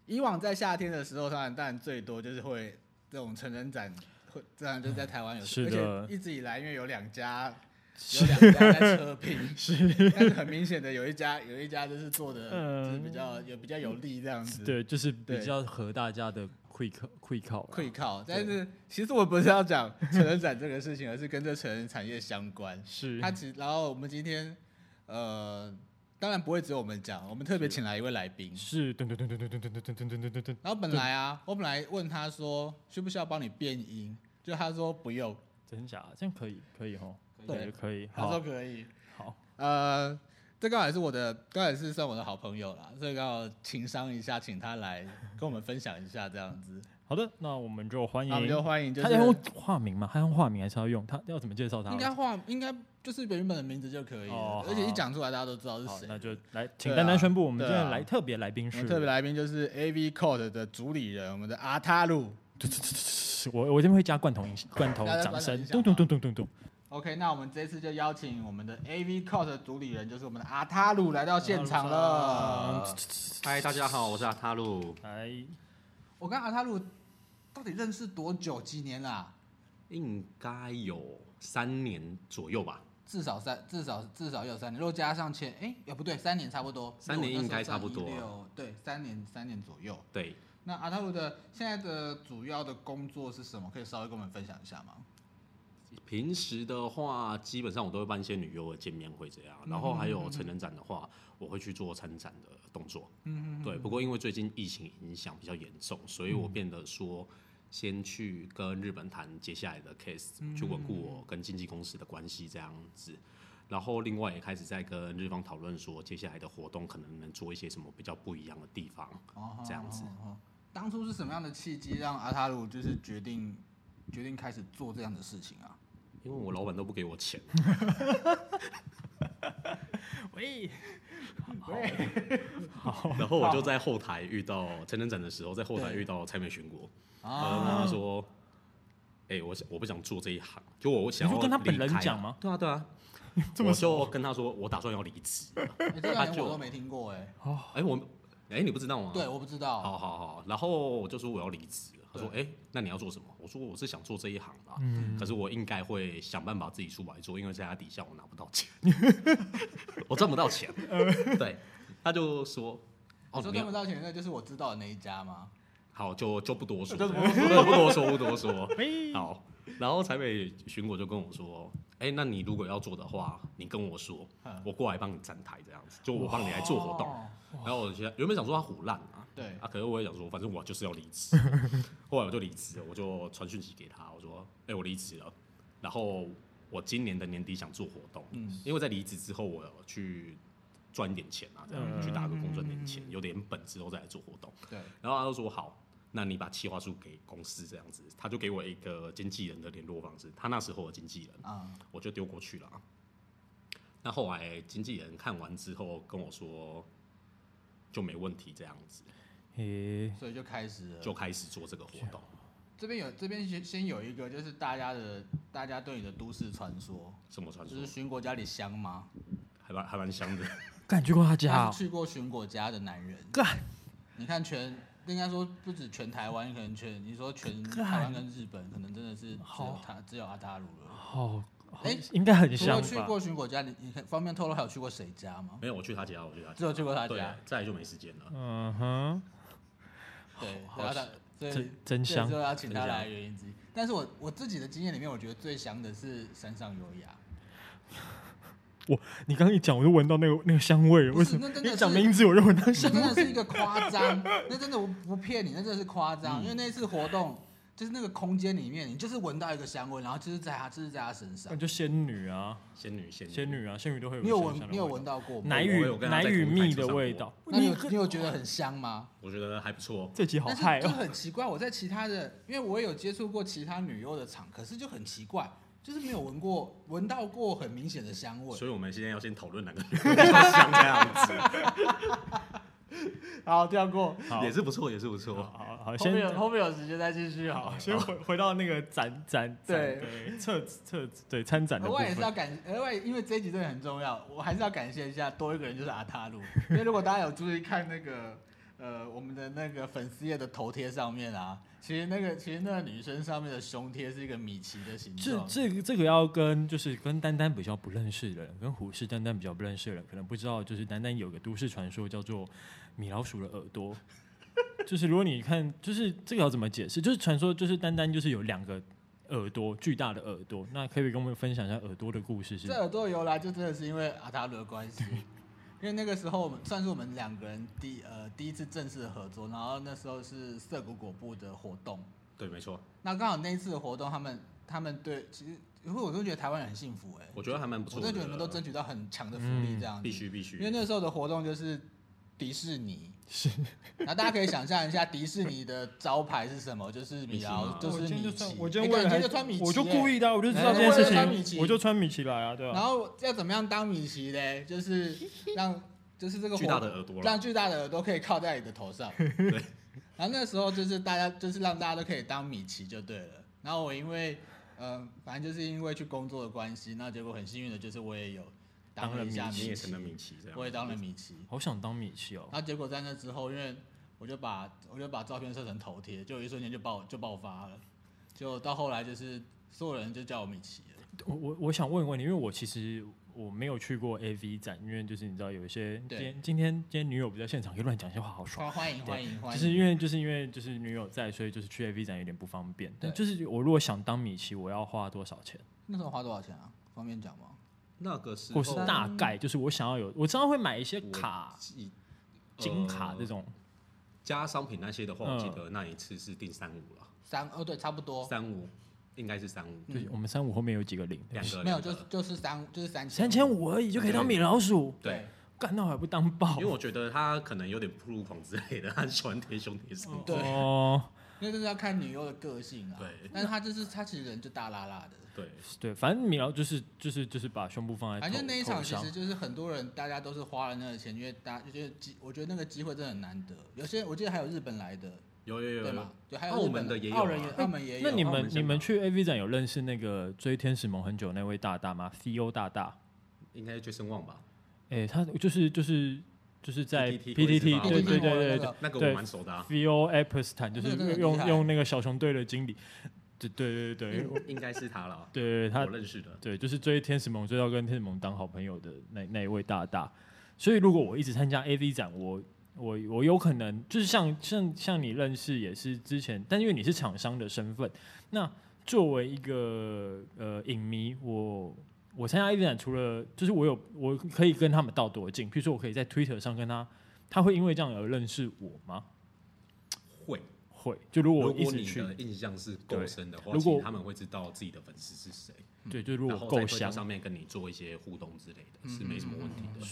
A: 以往在夏天的时候，当然当然最多就是会这种成人展。会当然就是在台湾有，
B: 是
A: 而
B: 的
A: 且一直以来因为有两家有
B: 是
A: 两家在车
B: (laughs)
A: 评，是，但是很明显的有一家有一家就是做的就是比较有比较有利这样子，，
B: 对，嗯就是
A: 对
B: 比较合大家的会靠会啊靠啦
A: 会靠。
B: 对
A: 但是其实我不是要讲成人展这个事情，而是跟这成人产业相关。
B: 是
A: 它其然后我们今天呃，当然不会只有我们讲，我们特别请来一位来宾。
B: 嗯是噔噔噔噔噔噔噔噔噔噔噔噔
A: 然后本来啊，我本来问他说需不需要帮你变音，就他说不用，
B: 真假这样可以可以哦，
A: 对
B: 可以
A: 他说
B: 好
A: 可以。
B: 好
A: 呃，这刚好也是我的，刚好也是算我的好朋友啦，所以刚好情商一下，请他来跟我们分享一下这样子。
B: 好的，那我们就欢
A: 那我们
B: 迎
A: 就欢迎，就
B: 嗯他要用
A: 是
B: 化名吗？他用化名还是要用？他要怎么介绍他？
A: 应该换，应该就是原本的名字就可以了，
B: 哦
A: 而且一
B: 好
A: 讲出来大家都知道是
B: 好，
A: 谁。
B: 那就来，请
A: 对
B: 丹丹
A: 啊
B: 宣布我们
A: 对
B: 今天
A: 啊
B: 的来特别来宾
A: 我
B: 是
A: 们特别来宾就是 AV Court 的主理人，我们的阿塔鲁。
B: 我我这边会加罐头音罐头
A: 大家
B: 掌
A: 罐头
B: 声
A: 音，响
B: 咚咚咚咚咚咚。
A: OK，那我们这次就邀请我们的 AV Court 的主理人，就是我们的阿塔鲁来到现场了。
D: 嗨，大家好，我是阿塔鲁，
B: 来，
A: 我跟阿塔鲁到底认识多久？几年啦、
D: 应该有三年左右吧，
A: 至少三，至少至少也有三年，如果加上前，哎、也不对，三年差不多，
D: 三年应该差不多啊
A: 因为我那时候算16对，三年三年左右。
D: 对，
A: 那阿塔鲁的现在的主要的工作是什么？可以稍微跟我们分享一下吗？
D: 平时的话，基本上我都会办一些女优的见面会这样，然后还有成人展的话，我会去做参展的动作。嗯嗯嗯。对，不过因为最近疫情影响比较严重，所以我变得说，先去跟日本谈接下来的 case，、去稳固我跟经纪公司的关系这样子。然后另外也开始在跟日方讨论说，接下来的活动可能能做一些什么比较不一样的地方，
A: 哦
D: 这样子。
A: 当初是什么样的契机让阿塔鲁就是决定决定开始做这样的事情啊？
D: 因为我老板都不给我钱。
B: (laughs) 喂，
D: (laughs) 然后我就在后台遇到成人展的时候，在后台遇到蔡美巡国，我就跟
A: 啊，
D: 他说：“哎、我想我不想做这一行，就我我想
B: 你
D: 要
B: 说跟他
D: 离
B: 本人
D: 开
B: 讲吗？
D: 对啊对啊，
B: (laughs) 这么
D: 我就跟他说我打算要离职。
A: (laughs) 诶这个
D: 他哦
A: 连
D: 就
A: 我都没听过哎、
D: 哎、我哎，你不知道吗？
A: 对，我不知道。
D: 好好好，然后我就说我要离职了。他说：“哎、
A: 对
D: 那你要做什么？”我说：“我是想做这一行啦，
B: 嗯
D: 可是我应该会想办法自己出来做，因为在他底下我拿不到
B: (laughs)
D: 钱，我赚不到钱。”
B: 嗯
D: 对，他就说：“哦
A: 你，说
D: 没
A: 赚
D: 有
A: 不，到钱，那就是我知道的那一家吗？
D: 好，就就不多说，
B: 就
D: 对
B: 不
D: 不
B: 多
D: 多说，不多说。 (laughs)
B: 嘿
D: 好，然后台北巡果就跟我说：‘哎、那你如果要做的话，你跟我说，
B: 嗯
D: 我过来帮你站台，这样子，就我帮你来做活动。’
A: 哦
D: 然后我现在原本想说他胡烂啊，
A: 对
D: 啊，可是我也想说，反正我就是要离职。后来我就离职了，我就传讯息给他，我说：“哎、我离职了。”然后我今年的年底想做活动，
A: 嗯
D: 因为在离职之后，我有去赚一点钱啊，这样、
B: 嗯
D: 去打个工赚点钱，有点本之后再来做活动。
A: 对，
D: 然后他就说：“好，那你把企划书给公司这样子。”他就给我一个经纪人的联络方式，他那时候的经纪人，
A: 啊、
D: 我就丢过去了啊。那后来经纪人看完之后跟我说，就没问题，这样子
B: 嘿，
A: 所以就开始了。
D: 就开始做这个活动。
A: 啊这边有这边先先有一个，就是大家的大家对你的都市传说，
D: 什么传
A: 就
D: 说
A: 是？巡果家里香吗？
D: 还蛮还蛮香的。 (laughs)
B: 感觉过他家
A: 他
B: 哦
A: 是，去过巡果家的男人。
B: 干
A: 你看全应该说不止全台湾，可能全你说全
B: 干
A: 台湾跟日本，可能真的是只有
B: 好
A: 他只有阿达鲁了。
B: 好，好
A: 哎
B: 应该很
A: 除
B: 像
A: 了去
B: 吧？
A: 过巡果家，你你可以方便透露还有去过谁家吗？
D: 没有，我去他家，我去他家，
A: 只有去过他
D: 对啊
A: 家，，
D: 再来就没时间了。
B: 嗯哼，
A: 对，
D: 好
A: 然后他所以
B: 真真
A: 这
B: 香
A: 就要请
D: 真
A: 他
D: 香
A: 来的原因之一。但是我我自己的经验里面，我觉得最香的是山上优雅。
B: 你刚刚一讲，我就闻到那个那个香味了，
A: 不
B: 为
A: 是
B: 什么
A: 那真的
B: 一讲
A: 是
B: 名字我就闻到
A: 那
B: 香
A: 真的
B: 味？
A: 是一个夸张，那真的我不骗你，那真的是夸
B: 嗯
A: 张，因为那次活动就是那个空间里面，你就是闻到一个香味，然后就是在他，就是在他身上
B: 那。就仙女啊，
D: 仙女，仙女，
B: 仙。女啊，仙女都会有
A: 你有
B: 香香
A: 闻，
B: 的
A: 你有
B: 味
A: 闻
B: 道
A: 到过吗？
B: 奶
D: 我
B: 与
D: 有跟他
B: 奶
D: 在
B: 与
D: 同一台
B: 蜜
D: 车
B: 的
D: 上
B: 味
D: 过
B: 道，
A: 那你有
B: 跟
A: 你有觉得很香吗？
D: 我觉得还不错。
B: 这集好
A: 但
B: 嗨
A: 是就
B: 哦，
A: 很奇怪，我在其他的，因为我有接触过其他女优的场，可是就很奇怪，就是没有闻过，闻到过很明显的香味。
D: 所以我们现在要先讨论哪个 (laughs) 女生香这样子，
A: 好，跳过。
B: 好
D: 也是不错，也是不错。
B: 好好好，呃先
A: 后面有时间再继续好
B: 好，先回回到那个展展
A: 对
B: 展策策对参展的
A: 额
B: 部
A: 外也是要
B: 分，
A: 感，额外因为这一集真的很重要，我还是要感谢一下多一个人就是阿塔鲁，因为如果大家有注意看那个呃我们的那个粉丝页的头贴上面啊，其实那个其实那个女生上面的胸贴是一个米奇的形
B: 这
A: 状，
B: 这个这个要跟就是跟丹丹比较不认识的人，跟虎视丹丹比较不认识的人，可能不知道就是丹丹有个都市传说叫做米老鼠的耳朵。 (laughs) 就是如果你看，就是这个要怎么解释？就是传说，就是丹丹就是有两个耳朵，巨大的耳朵。那可以跟我们分享一下耳朵的故事是
A: 这？耳朵的由来就真的是因为阿塔鲁的关
B: (laughs)
A: 系。因为那个时候我们算是我们两个人第呃第一次正式的合作，然后那时候是涩谷果部的活动，
D: 对，没错，
A: 那刚好那一次的活动他们他们对其实，因为我都觉得台湾人很幸福哎、
D: 我觉得还蛮不错
A: 我
D: 的。
A: 真的觉得你们都争取到很强的福利，这样子、
D: 必须必须
A: 因为，那时候的活动就是迪士尼，是，然后大家可以想象一下迪士尼的招牌是什
D: (laughs)
A: 么，就是米
D: 米奇
A: 老，
D: 嘛
A: 是米奇，
B: 哦我今天
A: 你
B: 为
A: 感觉
B: 了还
A: 就穿米奇、
B: 我就故
A: 意。
B: 意的啊，我就知
A: 哎
B: 道这件
A: 为了穿
B: 事
A: 米
B: 情，
A: 奇
B: 我就穿米奇来啊，对吧、
A: 然后要怎么样当米奇嘞？就是让，就是这个活
D: 巨大的耳朵啦
A: 让巨大的耳朵可以靠在你的头
B: (laughs)
A: 上。
D: 对，
A: 然后那时候就是大家就是让大家都可以当米奇就对了。然后我因为呃，反正就是因为去工作的关系，那结果很幸运的就是我也有
B: 当了
A: 了一下
B: 米
D: 你
A: 米
D: 也
A: 奇
D: 成了米奇这样。
A: 我也当了米奇。
B: 好想当米奇哦！
A: 然后结果在那之后，因为我就把我就把照片设成头贴，就有一瞬间就爆就爆发了，就到后来就是所有人就叫我米奇了。
B: 我我我想问一问你，因为我其实我没有去过 AV 展，因为就是你知道有一些今
A: 对
B: 天今天今天女友不在现场，可以乱讲一些话，好爽。
A: 欢欢迎欢迎
B: 就
A: 欢
B: 是
A: 迎！
B: 因为就是因为就是女友在，所以就是去 AV 展有点不方便。但
A: 对
B: 就是我如果想当米奇，我要花多少钱？
A: 那时候花多少钱啊？方便讲吗？
D: 那个时
B: 或
D: 候
B: 是大概就是我想要有，我知道会买一些
D: 我
B: 卡、
D: 记
B: 金卡
D: 呃
B: 这种。
D: 加商品那些的话，
B: 嗯
D: 我记得那一次是定三五了，
A: 三哦对，差不多，
D: 三五应该是三五，
A: 嗯
B: 就是我们三五后面有几个零，
D: 两个
A: 没有
D: 两
A: 就
D: 个
A: 是就是三就是三
B: 三千
A: 五。
B: 五而已就可以当米老鼠，
D: 对
A: 对，
B: 干那我还不当爆
D: 因为？我觉得他可能有点铺路狂之类的，他喜欢贴胸贴什么的。
A: 对
B: 哦，
A: 因为这是要看女优的个性啊。
D: 对
A: 但是她就是她其实人就大拉拉的。
D: 对，
B: 对，反正米老就是就是就是把胸部放
D: 哎
B: 在头
A: 反正那一场
B: 头
A: 其
B: 上
A: 实就是很多人，大家都是花了那个钱，因为大家就是机，我觉得那个机会真的很难得。有些我记得还有日本来的，
D: 有有有
A: 对
D: 有
A: 吗？就还有
D: 澳
A: 日
D: 门
A: 本
D: 的也有
A: 澳人
D: 啊
A: 也，澳门也有。
B: 那你
D: 帮我
B: 们
D: 们先
B: 你们
D: 吧
B: 去 AV 展有认识那个追天使盟很久那位大大吗？CEO 大大，
D: 应该是追声望吧？
B: 哎、他就是就是就是在对
D: PTT 我
B: 对
D: 也知
B: 对
D: 道
A: 那
B: 对对对
A: 个
D: 那个
B: 对
D: 我蛮熟的、啊，
B: ，Phil Epstein 就是
A: 那个真的很厉
B: 用
A: 害嗯
B: 用那个小熊队的经理，对对对对对
D: 应该是他了，
B: 对，他
D: 我认识的。
B: 对，就是追天使盟追到跟天使盟当好朋友的那那一位大大。所以如果我一直参加 AV 展，我我我有可能就是像像像你认识也是之前，但因为你是厂商的身份，那作为一个呃影迷，我我参加 AV 展除了就是我有我可以跟他们道多近，譬如说我可以在 Twitter 上跟他，他会因为这样而认识我吗？
D: 会，
B: 会，就如果
D: 如
B: 我一
D: 果
B: 直
D: 你
B: 去，
D: 的印象是够
B: 对
D: 深的话，
B: 如
D: 其
B: 果
D: 实他们会知道自己的粉丝是谁，
B: 对，就如果
D: 然
B: 我
D: 后
B: 够
D: 在推
B: 香嗯
D: 特，上面跟你做一些互动之类的，是没什么问题的。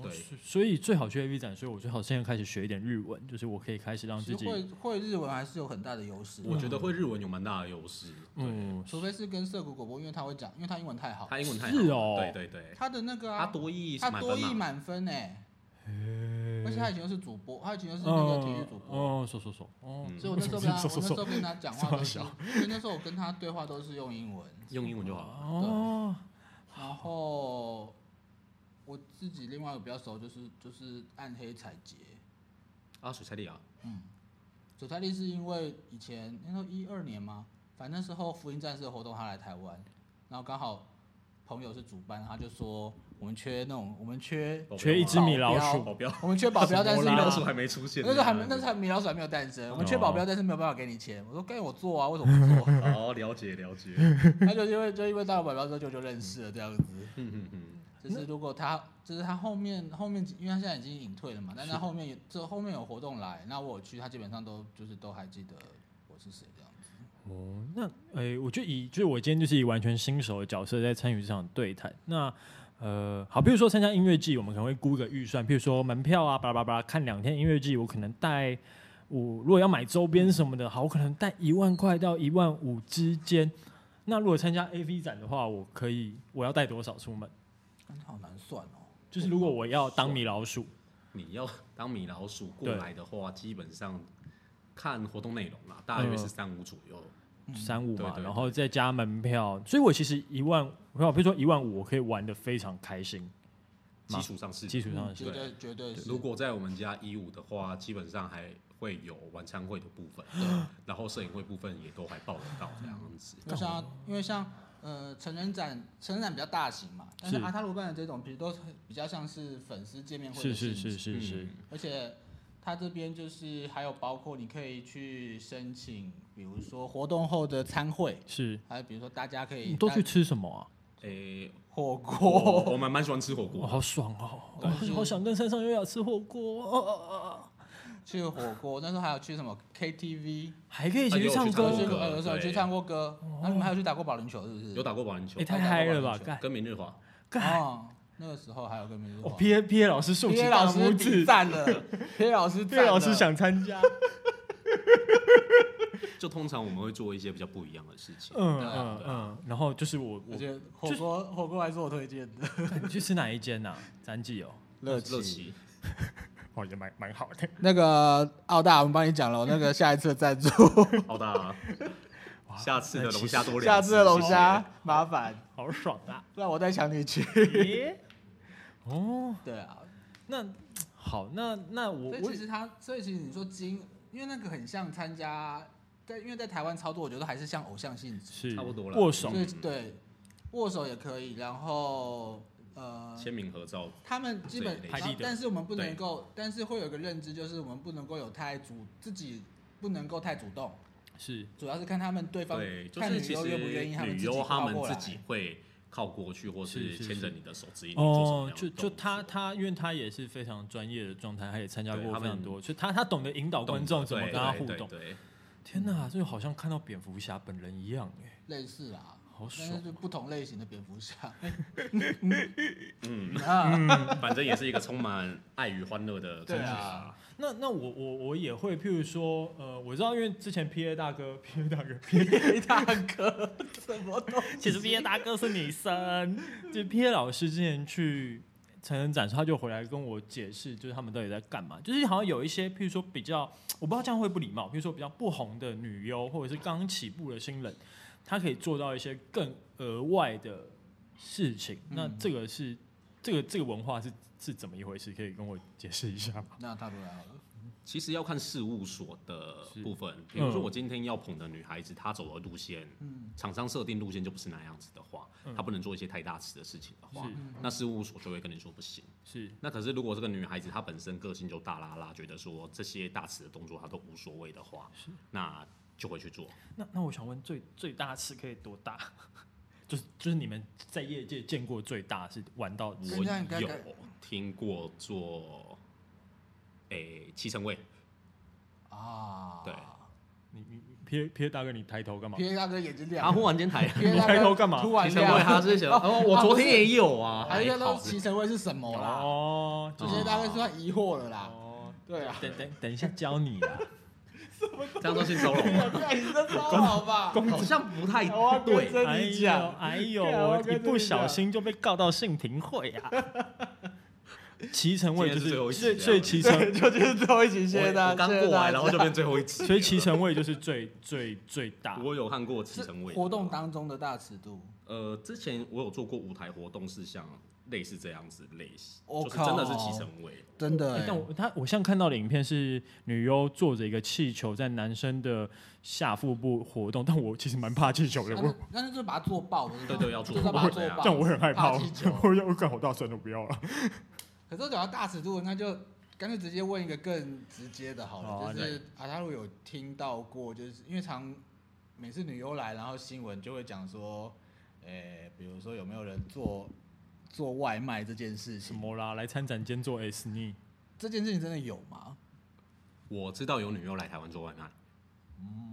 D: 对，
B: 哦所以最好去 AV 展，所以我最好现在开始学一点日文，就是我可以开始让
A: 其
B: 自
A: 实
B: 己，
A: 会会日文还是有很大的优势，啊
D: 我觉得会日文有蛮大的优势。对，
B: 嗯，
A: 除非是跟涩谷果波，因为他会讲，因为他英文太好，
D: 他英文太好
B: 是哦
D: 了对对对，
A: 他的那个
D: 他
A: 啊，
D: 多译
A: 他
D: 满
A: 多
D: 分
A: 亿
D: 嘛，
A: 满分哎，而且他以前又是主播，他以前又是那个体育主播，
B: 哦，说说说，哦，
D: 嗯
A: 所以我那时候
B: (laughs)
A: 跟他，
B: 说
A: 我那时
B: 说说，嗯
A: 候跟他讲话都是，因为那时候我跟他对话都是用英文，
D: 用英文
A: 嗯
D: 就好了。
B: 哦，
A: 然后我自己另外一个比较熟就是就是暗黑采洁，
D: 啊，水彩里啊，
A: 左太利是因为以前那时候一二年嘛，反正那时候福音战士的活动他来台湾，然后刚好朋友是主办，他就说我们缺那种我们缺
D: 保镖
B: 缺一只米老鼠
D: 保镖，
A: 我们缺保镖，但是
D: 米
A: 没有
D: 老鼠还没出现，
A: 那时候
B: (laughs)
A: 还没，那时候还米老鼠还没有诞生，我们缺保镖，
B: 哦
A: 但是没有办法给你钱。我说该我做啊，为什么不做？
D: 哦，了解了解，
A: (laughs) 他就因为就因为当了保镖之后就就认识了这样子。
D: 嗯嗯嗯，
A: (laughs) 就是如果他，就是他后面后面，因为他现在已经隐退了嘛，但是他后面有这后面有活动来，那我有去，他基本上都就是都还记得我是谁这样子。
B: 哦，那诶，我就以就是我今天就是以完全新手的角色在参与这场对谈。那呃，好，比如说参加音乐季，我们可能会估一个预算，譬如说门票啊，巴拉巴拉巴拉，看两天音乐季，我可能带我如果要买周边什么的，好，我可能带一万块到一万五之间。那如果参加 AV 展的话，我可以我要带多少出门？
A: 但好难算哦。
B: 就是如果我要当米老鼠，
D: 你要当米老鼠过
B: 对
D: 来的话，基本上看活动内容啦，大约
B: 嗯
D: 是三五左右。
B: 三五嘛
D: 嗯对，对
B: 然后再加门票，所以我其实一万，我比如说一万五，我可以玩的非常开心，
D: 基础上是
B: 基础上是
A: 嗯绝对绝对嗯是
D: 如。果在我们家一五的话，基本上还会有晚餐会的部分，
A: 嗯
D: 然后摄影会部分也都还报得到这样子。
A: 就像因为像呃成人展，成人展比较大型嘛，但是
B: 是
A: 阿塔鲁办的这种，比如都是比较像是粉丝见面会
B: 是
A: 的
B: 是
A: 性
B: 是
A: 质，
B: 是是。
D: 嗯
A: 而且它这边就是还有包括你可以去申请，比如说活动后的餐会，
B: 是，
A: 还有比如说大家可以
B: 你都去哦
A: 带
B: 吃什么啊？
A: (laughs)
D: 诶，
A: 火
D: 我
A: 锅，
D: 我蛮蛮喜欢吃火
B: 哇，
D: 锅，
B: 好爽哦！我
A: 对
B: 好好想跟山上优雅吃火锅哦哦哦哦，
A: 去火锅，那时候还有去什么 KTV，
B: 还可以一起
D: 哎
B: 去
D: 有
B: 唱
D: 去
A: 有
D: 唱
A: 去
D: 歌
B: 歌，哦
A: 呃有时候有去
D: 对
A: 唱过歌，然后你们还有去打过保龄球是不是？
D: 有打过保龄球
B: 也，哎太嗨了吧！
A: 有
B: 干
D: 跟明日华，
B: 干，
A: 哦，那个时候还有个名字
B: 我 P A P A 老师竖起
A: P
B: 大
A: 哦老师
B: 拇
A: 比
B: 指
A: 赞了，P (laughs) 老师
B: ，P
A: 赞了
B: A 老师想参
A: (laughs)
B: 加，
D: 就通常我们会做一些比较不一样的事情。
B: 嗯
A: 对啊
B: 嗯嗯，然后就是我
A: 我
B: 我
A: 觉得火锅火锅还是我推荐的，
B: 干你去吃哪一间呐？詹记哦，
A: 乐
D: 乐奇，
B: 哦也蛮蛮好的，
A: 那个澳大，我们帮你讲了，哦那个下一次的赞助，
D: 好
A: (laughs)
D: 的，下次的龙虾多两
A: 下
D: 只
A: 次的龙
D: 谢谢
A: 虾麻烦，
B: (laughs) 好爽啊！
A: 不然我再抢你
B: (laughs)
A: 去。
B: 耶哦，
A: 对啊，
B: 那好，那那我
A: 所以
B: 我
A: 其实他，所以其实你说金，因为那个很像参加，在因为在台湾操作，我觉得还是像偶像性质，
B: 是
D: 差不多啦
B: 握手
A: 所以
D: 嗯
A: 对握手也可以，然后呃，
D: 签名合照，
A: 他们基本
D: 这一类
A: 然
B: 排
A: 后
B: 立的
A: 但是我们不能
D: 对
A: 够，但是会有一个认知，就是我们不能够有太主自己。不能够太主动，
B: 是
A: 主要是看他们对方
D: 对，就
A: 看
D: 是
A: 女
D: 其
A: 优
D: 实
A: 愿不愿意，他们
D: 女
A: 自己
D: 优他
A: 跨
D: 们
A: 过
D: 自
A: 来。
D: 己会靠过去，或
B: 是
D: 是
B: 是
D: 牵着
B: 是
D: 你的手指引你做什
B: 哦
D: 么样，的
B: 就就
D: 动
B: 他
D: 作
B: 他，因为他也是非常专业的状态，他也参加
D: 对
B: 过
D: 他
B: 非常
D: 们
B: 多，所以他他懂得引导观众怎么
D: 对
B: 跟他
D: 对
B: 互
D: 对
B: 动。
D: 对，
B: 天哪，这就好像看到蝙蝠侠本人一样哎，
A: 类似啦，
B: 好
A: 但
B: 爽
A: 是就不同类型的蝙蝠侠
D: (laughs) 嗯，
A: (laughs) 啊，
D: 反正也是一个充满爱与欢乐的
A: 对
D: 感觉
A: 啊
D: 啊。
A: (laughs)
B: 那那我我我也会，譬如说，呃，我知道，因为之前 P A 大哥，P A 大哥，P A
A: 黑大哥什么都
B: 其实 P A 大哥是女生，就 P A 老师之前去成人展的时候，他就回来跟我解释，就是他们到底在干嘛，就是好像有一些，譬如说比较，我不知道这样会不礼貌，譬如说比较不红的女优，或者是刚起步的新人，他可以做到一些更额外的事情，那
A: 嗯
B: 这个是。这个这个文化是是怎么一回事？可以跟我解释一下吗？
A: 那大陆来好了，
D: 其实要看事务所的
A: 是
D: 部分，比如说我今天要捧的女孩子，她走的路线，厂商设定路线就不是那样子的话，她不能做一些太大尺的事情的话
B: 嗯是，
D: 那事务所就会跟你说不行。
B: 是
D: 那可是如果这个女孩子她本身个性就大拉拉，觉得说这些大尺的动作她都无所谓的话，那就会去做。
B: 那那我想问，最最大尺可以多大？ (laughs) 就是就是你们在业界见过最大是玩到
D: 我
A: 现在应该
D: 有
A: 改
D: 听过做，诶、七成位，
A: 啊，
D: 对
B: 你你你 P A P A 大哥，你抬头干嘛？
A: ，P A 大哥眼睛亮
D: 他
A: 了，
D: 忽然间抬，
A: P A 大
B: 你抬头
A: 哥
B: 干嘛
A: 突然
D: 七成位，他
A: 亮，
D: 是想，哦，我昨天也有啊，
A: 还有哎
D: 还
A: 一
D: 好
A: 个
D: 是
A: 骑乘位是什么啦？
B: 哦，
A: 这些大概是他疑惑了啦。
B: 哦，
A: 对啊，
B: 等等等一下教你啊啦。
D: 这样算性收容吗？
A: 哎，你这招好吧？
D: 好像不太
E: 我要跟
D: 对，
E: 着
B: 哎
E: 你
B: 呦
E: 讲，
B: 哎呦，
E: 干我
B: 我
E: 要跟
B: 一
E: 着你
B: 不小
E: 讲
B: 心就被告到性庭会啊！骑乘位就
D: 今天是最后一集
B: 所以
D: 啊
B: 所以骑乘，
E: 就就是最后一集，谢
D: 我
E: 谢大
D: 我
E: 家，
D: 刚
E: 谢
D: 过
E: 谢大家
D: 来，然后就变最后一集了，
B: 所以骑乘位就是最最最大。
D: 我有看过七
A: 是
D: 成位
A: 活动，当中的大尺度，
D: 呃，之前我有做过舞台活动，是像类似这样子类型，
A: 我
D: 就是
A: 靠
D: 真的是七成位，
A: 真的
B: 哎
A: 欸。
B: 但我他我像看到的影片是女优坐着一个气球在男生的下腹部活动，但我其实蛮怕气球的，
A: 但
B: 我
A: 是但是就是把它做爆的那种，
D: 对对要做
A: 就是要把它做
D: 对啊
A: 爆，
B: 但我很害怕，
A: 气球。
B: (laughs) 我要干好大声，我不要了。
A: 可是我讲到大尺度，那就干脆直接问一个更直接的好了，
B: 好啊
A: 就是阿塔鲁有听到过，就是因为常每次女优来，然后新闻就会讲说，呃、比如说有没有人做做外卖这件事
B: 什
A: 情，
B: 么啦？来参展间做 S 逆，
A: 这件事情真的有吗？
D: 我知道有女优来台湾做外卖，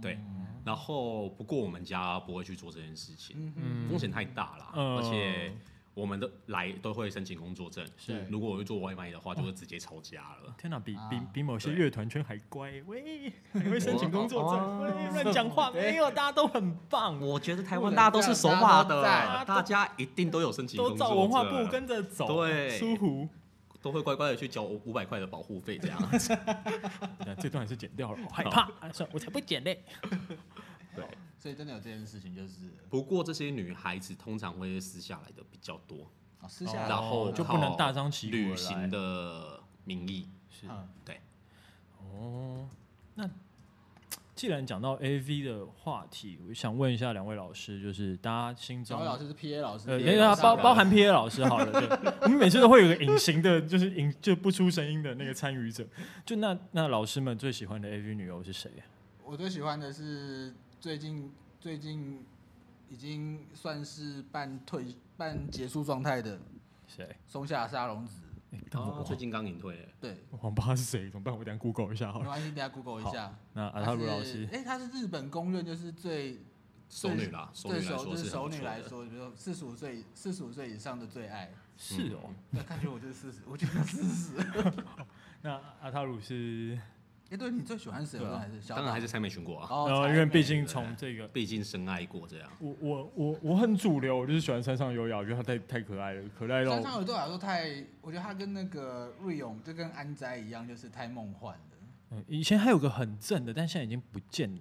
D: 对，然后不过我们家不会去做这件事情，
A: 嗯哼，
B: 嗯
D: 风险太大了，
B: 嗯
D: 而且我们的来都会申请工作证，
A: 是
D: 如果我去做外卖的话，就会直接抄家了。
B: 天哪，比比
A: 啊
B: 比某些
D: 对
B: 乐团圈还乖，喂， (laughs) 还会申请工作证，
D: 哦
B: 喂，乱讲话，没有，大家都很棒，
D: 我觉得台
A: 不
D: 湾
A: 能
D: 大家都
A: 这
D: 是
A: 样
D: 守
A: 大家
D: 法
A: 都
D: 的，
A: 在
D: 大家一定都有申请
B: 都
D: 工
B: 照
D: 作
B: 文化
D: 证
B: 部跟着走，
D: 对
B: 舒服。
D: 都会乖乖的去交五百块的保护费这 (laughs) 样。
B: 那这段还是剪掉了，我害怕， (laughs) 啊算了，我才不剪嘞。
A: 所以真的有这件事情，就是
D: 不过这些女孩子通常会私下来的比较多，
A: 哦，私下
B: 哦
D: 然
A: 的，
D: 后
B: 就不能
D: 靠
B: 大张旗鼓地
D: 旅
B: 来
D: 行的名义，
B: 是
A: 嗯，
D: 对，
B: 哦，那既然讲到 A V 的话题，我想问一下两位老师，就是大家心中
A: 小伟老师是 P A 老师，
B: 呃，
A: PA
B: 因为他
A: 老师啊
B: 包 (laughs) 包含 P A 老师好了，对， (laughs) 我们每次都会有个隐形的，就是隐就不出声音的那个参与者。就那那老师们最喜欢的 A V 女优是谁啊？
A: 我最喜欢的是最近最近已经算是半退半结束状态的
B: 谁？
A: 松下沙龙子，
B: 哎但我
D: 啊最近刚隐退，
A: 对，
B: 我忘不知道是谁，怎么办？我等一下 Google 一下好
D: 哦
A: 没
B: 了。
A: 关系，大家 Google 一下。
B: 那
D: 啊
B: 阿塔鲁老师，
A: 哎、她是日本公认就是最
D: (laughs) 熟女啦，熟
A: 对
D: 女来
A: 熟，就
D: 说
A: 是
D: 是
A: 熟女来
D: 来说，
A: 说，比如说四十五岁四十五岁以上的最爱。
B: 是哦。
A: 那感觉我就是四十，我觉得四十。
B: 那阿塔鲁是，
A: 哎，对你最喜欢谁？我
B: 对啊
A: 真的还是小
D: 当然还
A: 岛
D: 是蔡美群过啊，
A: 哦，
B: 呃，
A: 柴
B: 因为
A: 妹
B: 毕竟从这个
D: 毕竟深爱过这样。
B: 我我我我很主流，我就是喜欢山上优雅，我觉得她太太可爱了，可爱到
A: 山上有对我来说太，我觉得她跟那个瑞勇就跟安斋一样，就是太梦幻了。
B: 嗯，以前还有个很正的，但现在已经不见了。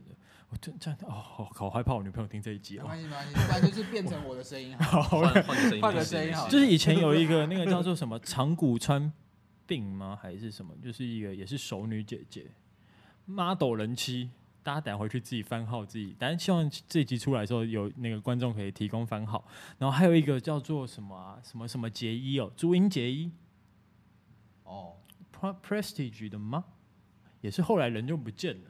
B: 我真这样哦，好好害怕我女朋友听这一集
A: 没
B: 哦。
A: 关系，没关系，不然就是变成我的声音好了。
B: 好
D: 换换个声音，
A: 换个声音好了
B: 就是以前有一个那个叫做什么长谷川病吗？还是什么？就是一个也是熟女姐姐，model 人妻。大家等下回去自己翻号自己，但是希望这集出来的时候有那个观众可以提供番号。然后还有一个叫做什么、啊、什么什么结衣哦，朱茵结衣
A: 哦，
B: Pre- Prestige 的吗？也是后来人就不见了。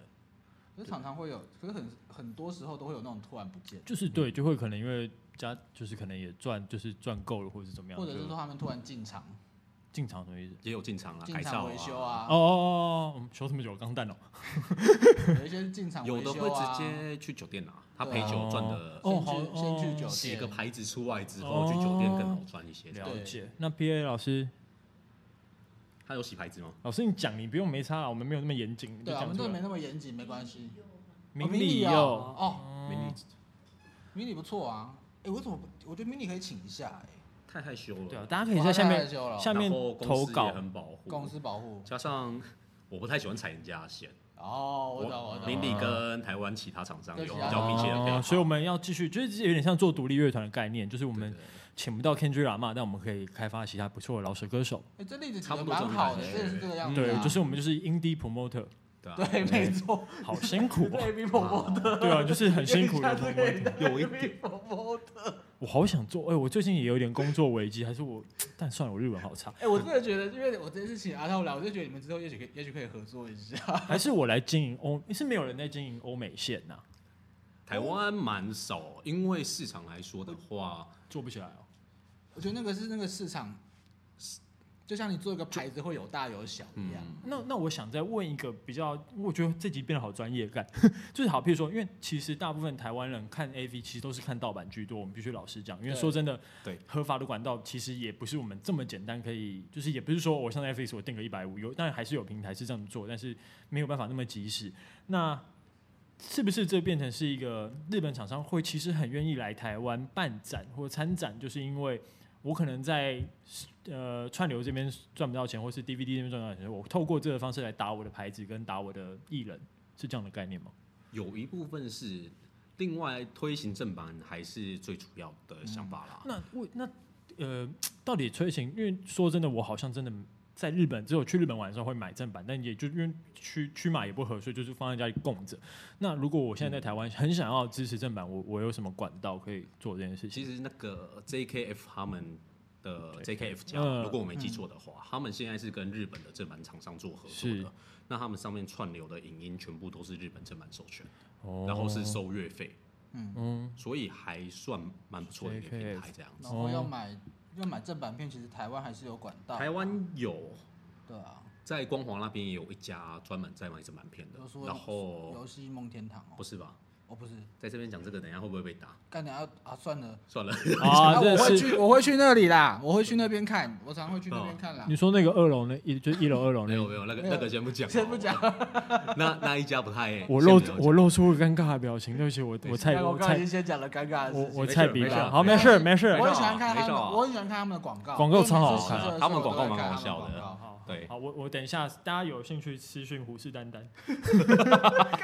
A: 可是常常会有，可是很很多时候都会有那种突然不见，
B: 就是对，就会可能因为家就是可能也赚，就是赚够了或者是怎么样，
A: 或者是
B: 就
A: 说他们突然进场、
B: 进场什么意思？
D: 也有进场啦，
A: 进
D: 改
A: 场
D: 造
A: 维修
D: 啊，
A: 啊，
B: 哦哦哦，我们修什么酒钢弹哦？
A: 有一些是进场
D: 有
A: 维
D: 的
A: 修
D: 会
A: 啊
D: 直，接去酒店啦，他
A: 对
D: 陪
A: 啊
D: 酒赚的
B: 哦
A: 先
B: 好
A: 去先去酒店，
D: 几个牌子出来之后，去酒店更好赚一些这样。
B: 了解。那 P A 老师，
D: 他有洗牌子吗？
B: 老师你讲，你不用没差了，我们没有那么严谨，你就
A: 对啊，我
B: 讲
A: 们
B: 出
A: 这
B: 来
A: 没那么严谨，没关系。
B: 明
A: 迷你
B: 理哦，
A: 哦，
D: 没理
A: 迷你不错啊。哎，我怎么不我觉得迷你可以请一下哎，
D: 太害羞了。
B: 对啊，大家可以在下
A: 哇太害
B: 面
A: 羞了
B: 下面
D: 然后公司
B: 投
D: 也
B: 稿，
D: 很保护，
A: 公司保护。
D: 加上我不太喜欢踩人家的线，
A: 哦，我懂我
D: 明
A: 懂。
D: 理跟台湾其他厂商有
A: 对
D: 比
A: 比
B: 哦
D: 较密切的配合，
B: 所以我们要继续，就是有点像做独立乐团的概念，就是我
D: 我
B: 们请不到 Kendrick Lamar，但我们可以开发其他不错的饶舌歌手。
C: 哎，这例子举
D: 差不
C: 得
D: 多这
C: 蛮
D: 种
C: 好的，
D: 感觉
C: 真的是这个样子啊。
B: 对，就是我们就是 indie promoter，
D: 对啊，
C: 对，没错，
B: 好辛苦啊！
C: 对比我我的
B: 对啊，就是很辛苦的
C: 下次可以
B: promoter。
C: 带
D: 有一
C: Baby Bobo 的
B: 我好想做，哎、我最近也有点工作危机，还是我，但算了，我日文好差，
C: 哎，我真的觉得，因为我这次
A: 啊
C: 请阿涛来，我就觉得你们之后也许可以，也许可以合作一下。
B: 还是我来经营欧，是没有人在经营欧美线呐、
D: 台湾蛮少，因为市场来说的话，
B: 做不起来哦。
C: 我觉得那个是那个市场，就像你做一个牌子会有大有小一样。
D: 嗯，
B: 那那我想再问一个比较，我觉得这集变得好专业感， (laughs) 就是好，譬如说，因为其实大部分台湾人看 AV 其实都是看盗版居多，我们必须老实讲，因为
C: 对
B: 说真的，
D: 对
B: 合法的管道其实也不是我们这么简单可以，就是也不是说我上 Netflix 我订个一百五，有当然还是有平台是这样做，但是没有办法那么及时。那是不是这变成是一个日本厂商会其实很愿意来台湾办展或参展，就是因为我可能在呃串流这边赚不到钱，或是 DVD 这边赚不到钱，我透过这个方式来打我的牌子跟打我的艺人，是这样的概念吗？
D: 有一部分是，另外推行正版还是最主要的想法啦。
B: 那我那呃，到底推行？因为说真的，我好像真的在日本，只有去日本玩的时候会买正版，但也就因为区区码也不合，所以就是放在家里供着。那如果我现在在台湾很想要支持正版，我我有什么管道可以做这件事情？
D: 其实那个 JKF 他们的 JKF 家，
B: 嗯
D: 如果我没记错的话，他们现在是跟日本的正版厂商做合作
B: 是
D: 的。那他们上面串流的影音全部都是日本正版授权，
B: 哦
D: 然后是收月费，
B: 嗯，
D: 所以还算蛮不错的一个平台这样子。
C: 然后要买要买正版片，其实台湾还是有管道。
D: 台湾有
C: 对啊，
D: 在光华那边也有一家专门在卖正版片的
C: 都，说
D: 然后
C: 游戏梦天堂哦
D: 不，是吧？
C: 哦不是，
D: 在这边讲这个，等一下会不会
B: (laughs)
D: 被打？
C: 干等下啊算了，
D: 算了，
B: 啊，
D: (laughs)
C: 啊
B: 这
C: 我会
B: 是
C: 去我会去那里啦，我会去那边看，我常会去那边看啦
B: 你。说那个二楼那一就一楼二楼
D: 没
B: 那
D: 有
B: 个，
D: 没有，那个
C: 没有
D: 那个先不讲，
C: 先不讲，，
D: (laughs) 那那一家不太，
B: 我
D: 先
B: 露
D: 不要讲
B: 我露出尴尬的表情，对不起，我
D: 对
B: 我
C: 但
B: 菜
C: 我
B: 我
C: 刚才已
B: 菜
C: 经先讲了尴尬的
B: 我
C: 事情。
B: 我
D: 没
B: 菜
D: 事
B: 比
D: 没事
B: 吧，好没
D: 没
B: 事
C: 事
B: 没事
C: 我，
D: 没
C: 很
D: 事
C: 喜欢看他
D: 没事
C: 们，
D: 啊
C: 我很喜欢看他们的广告，
B: 广告超好
C: 因为每次
B: 看
C: 骑车的时候
D: 他们广告
C: 我都会
D: 蛮
C: 看
D: 好笑的
C: 他们广告
B: 好
D: 对
B: 好，我我等一下，大家有兴趣私讯胡适丹
C: (laughs)
B: 丹，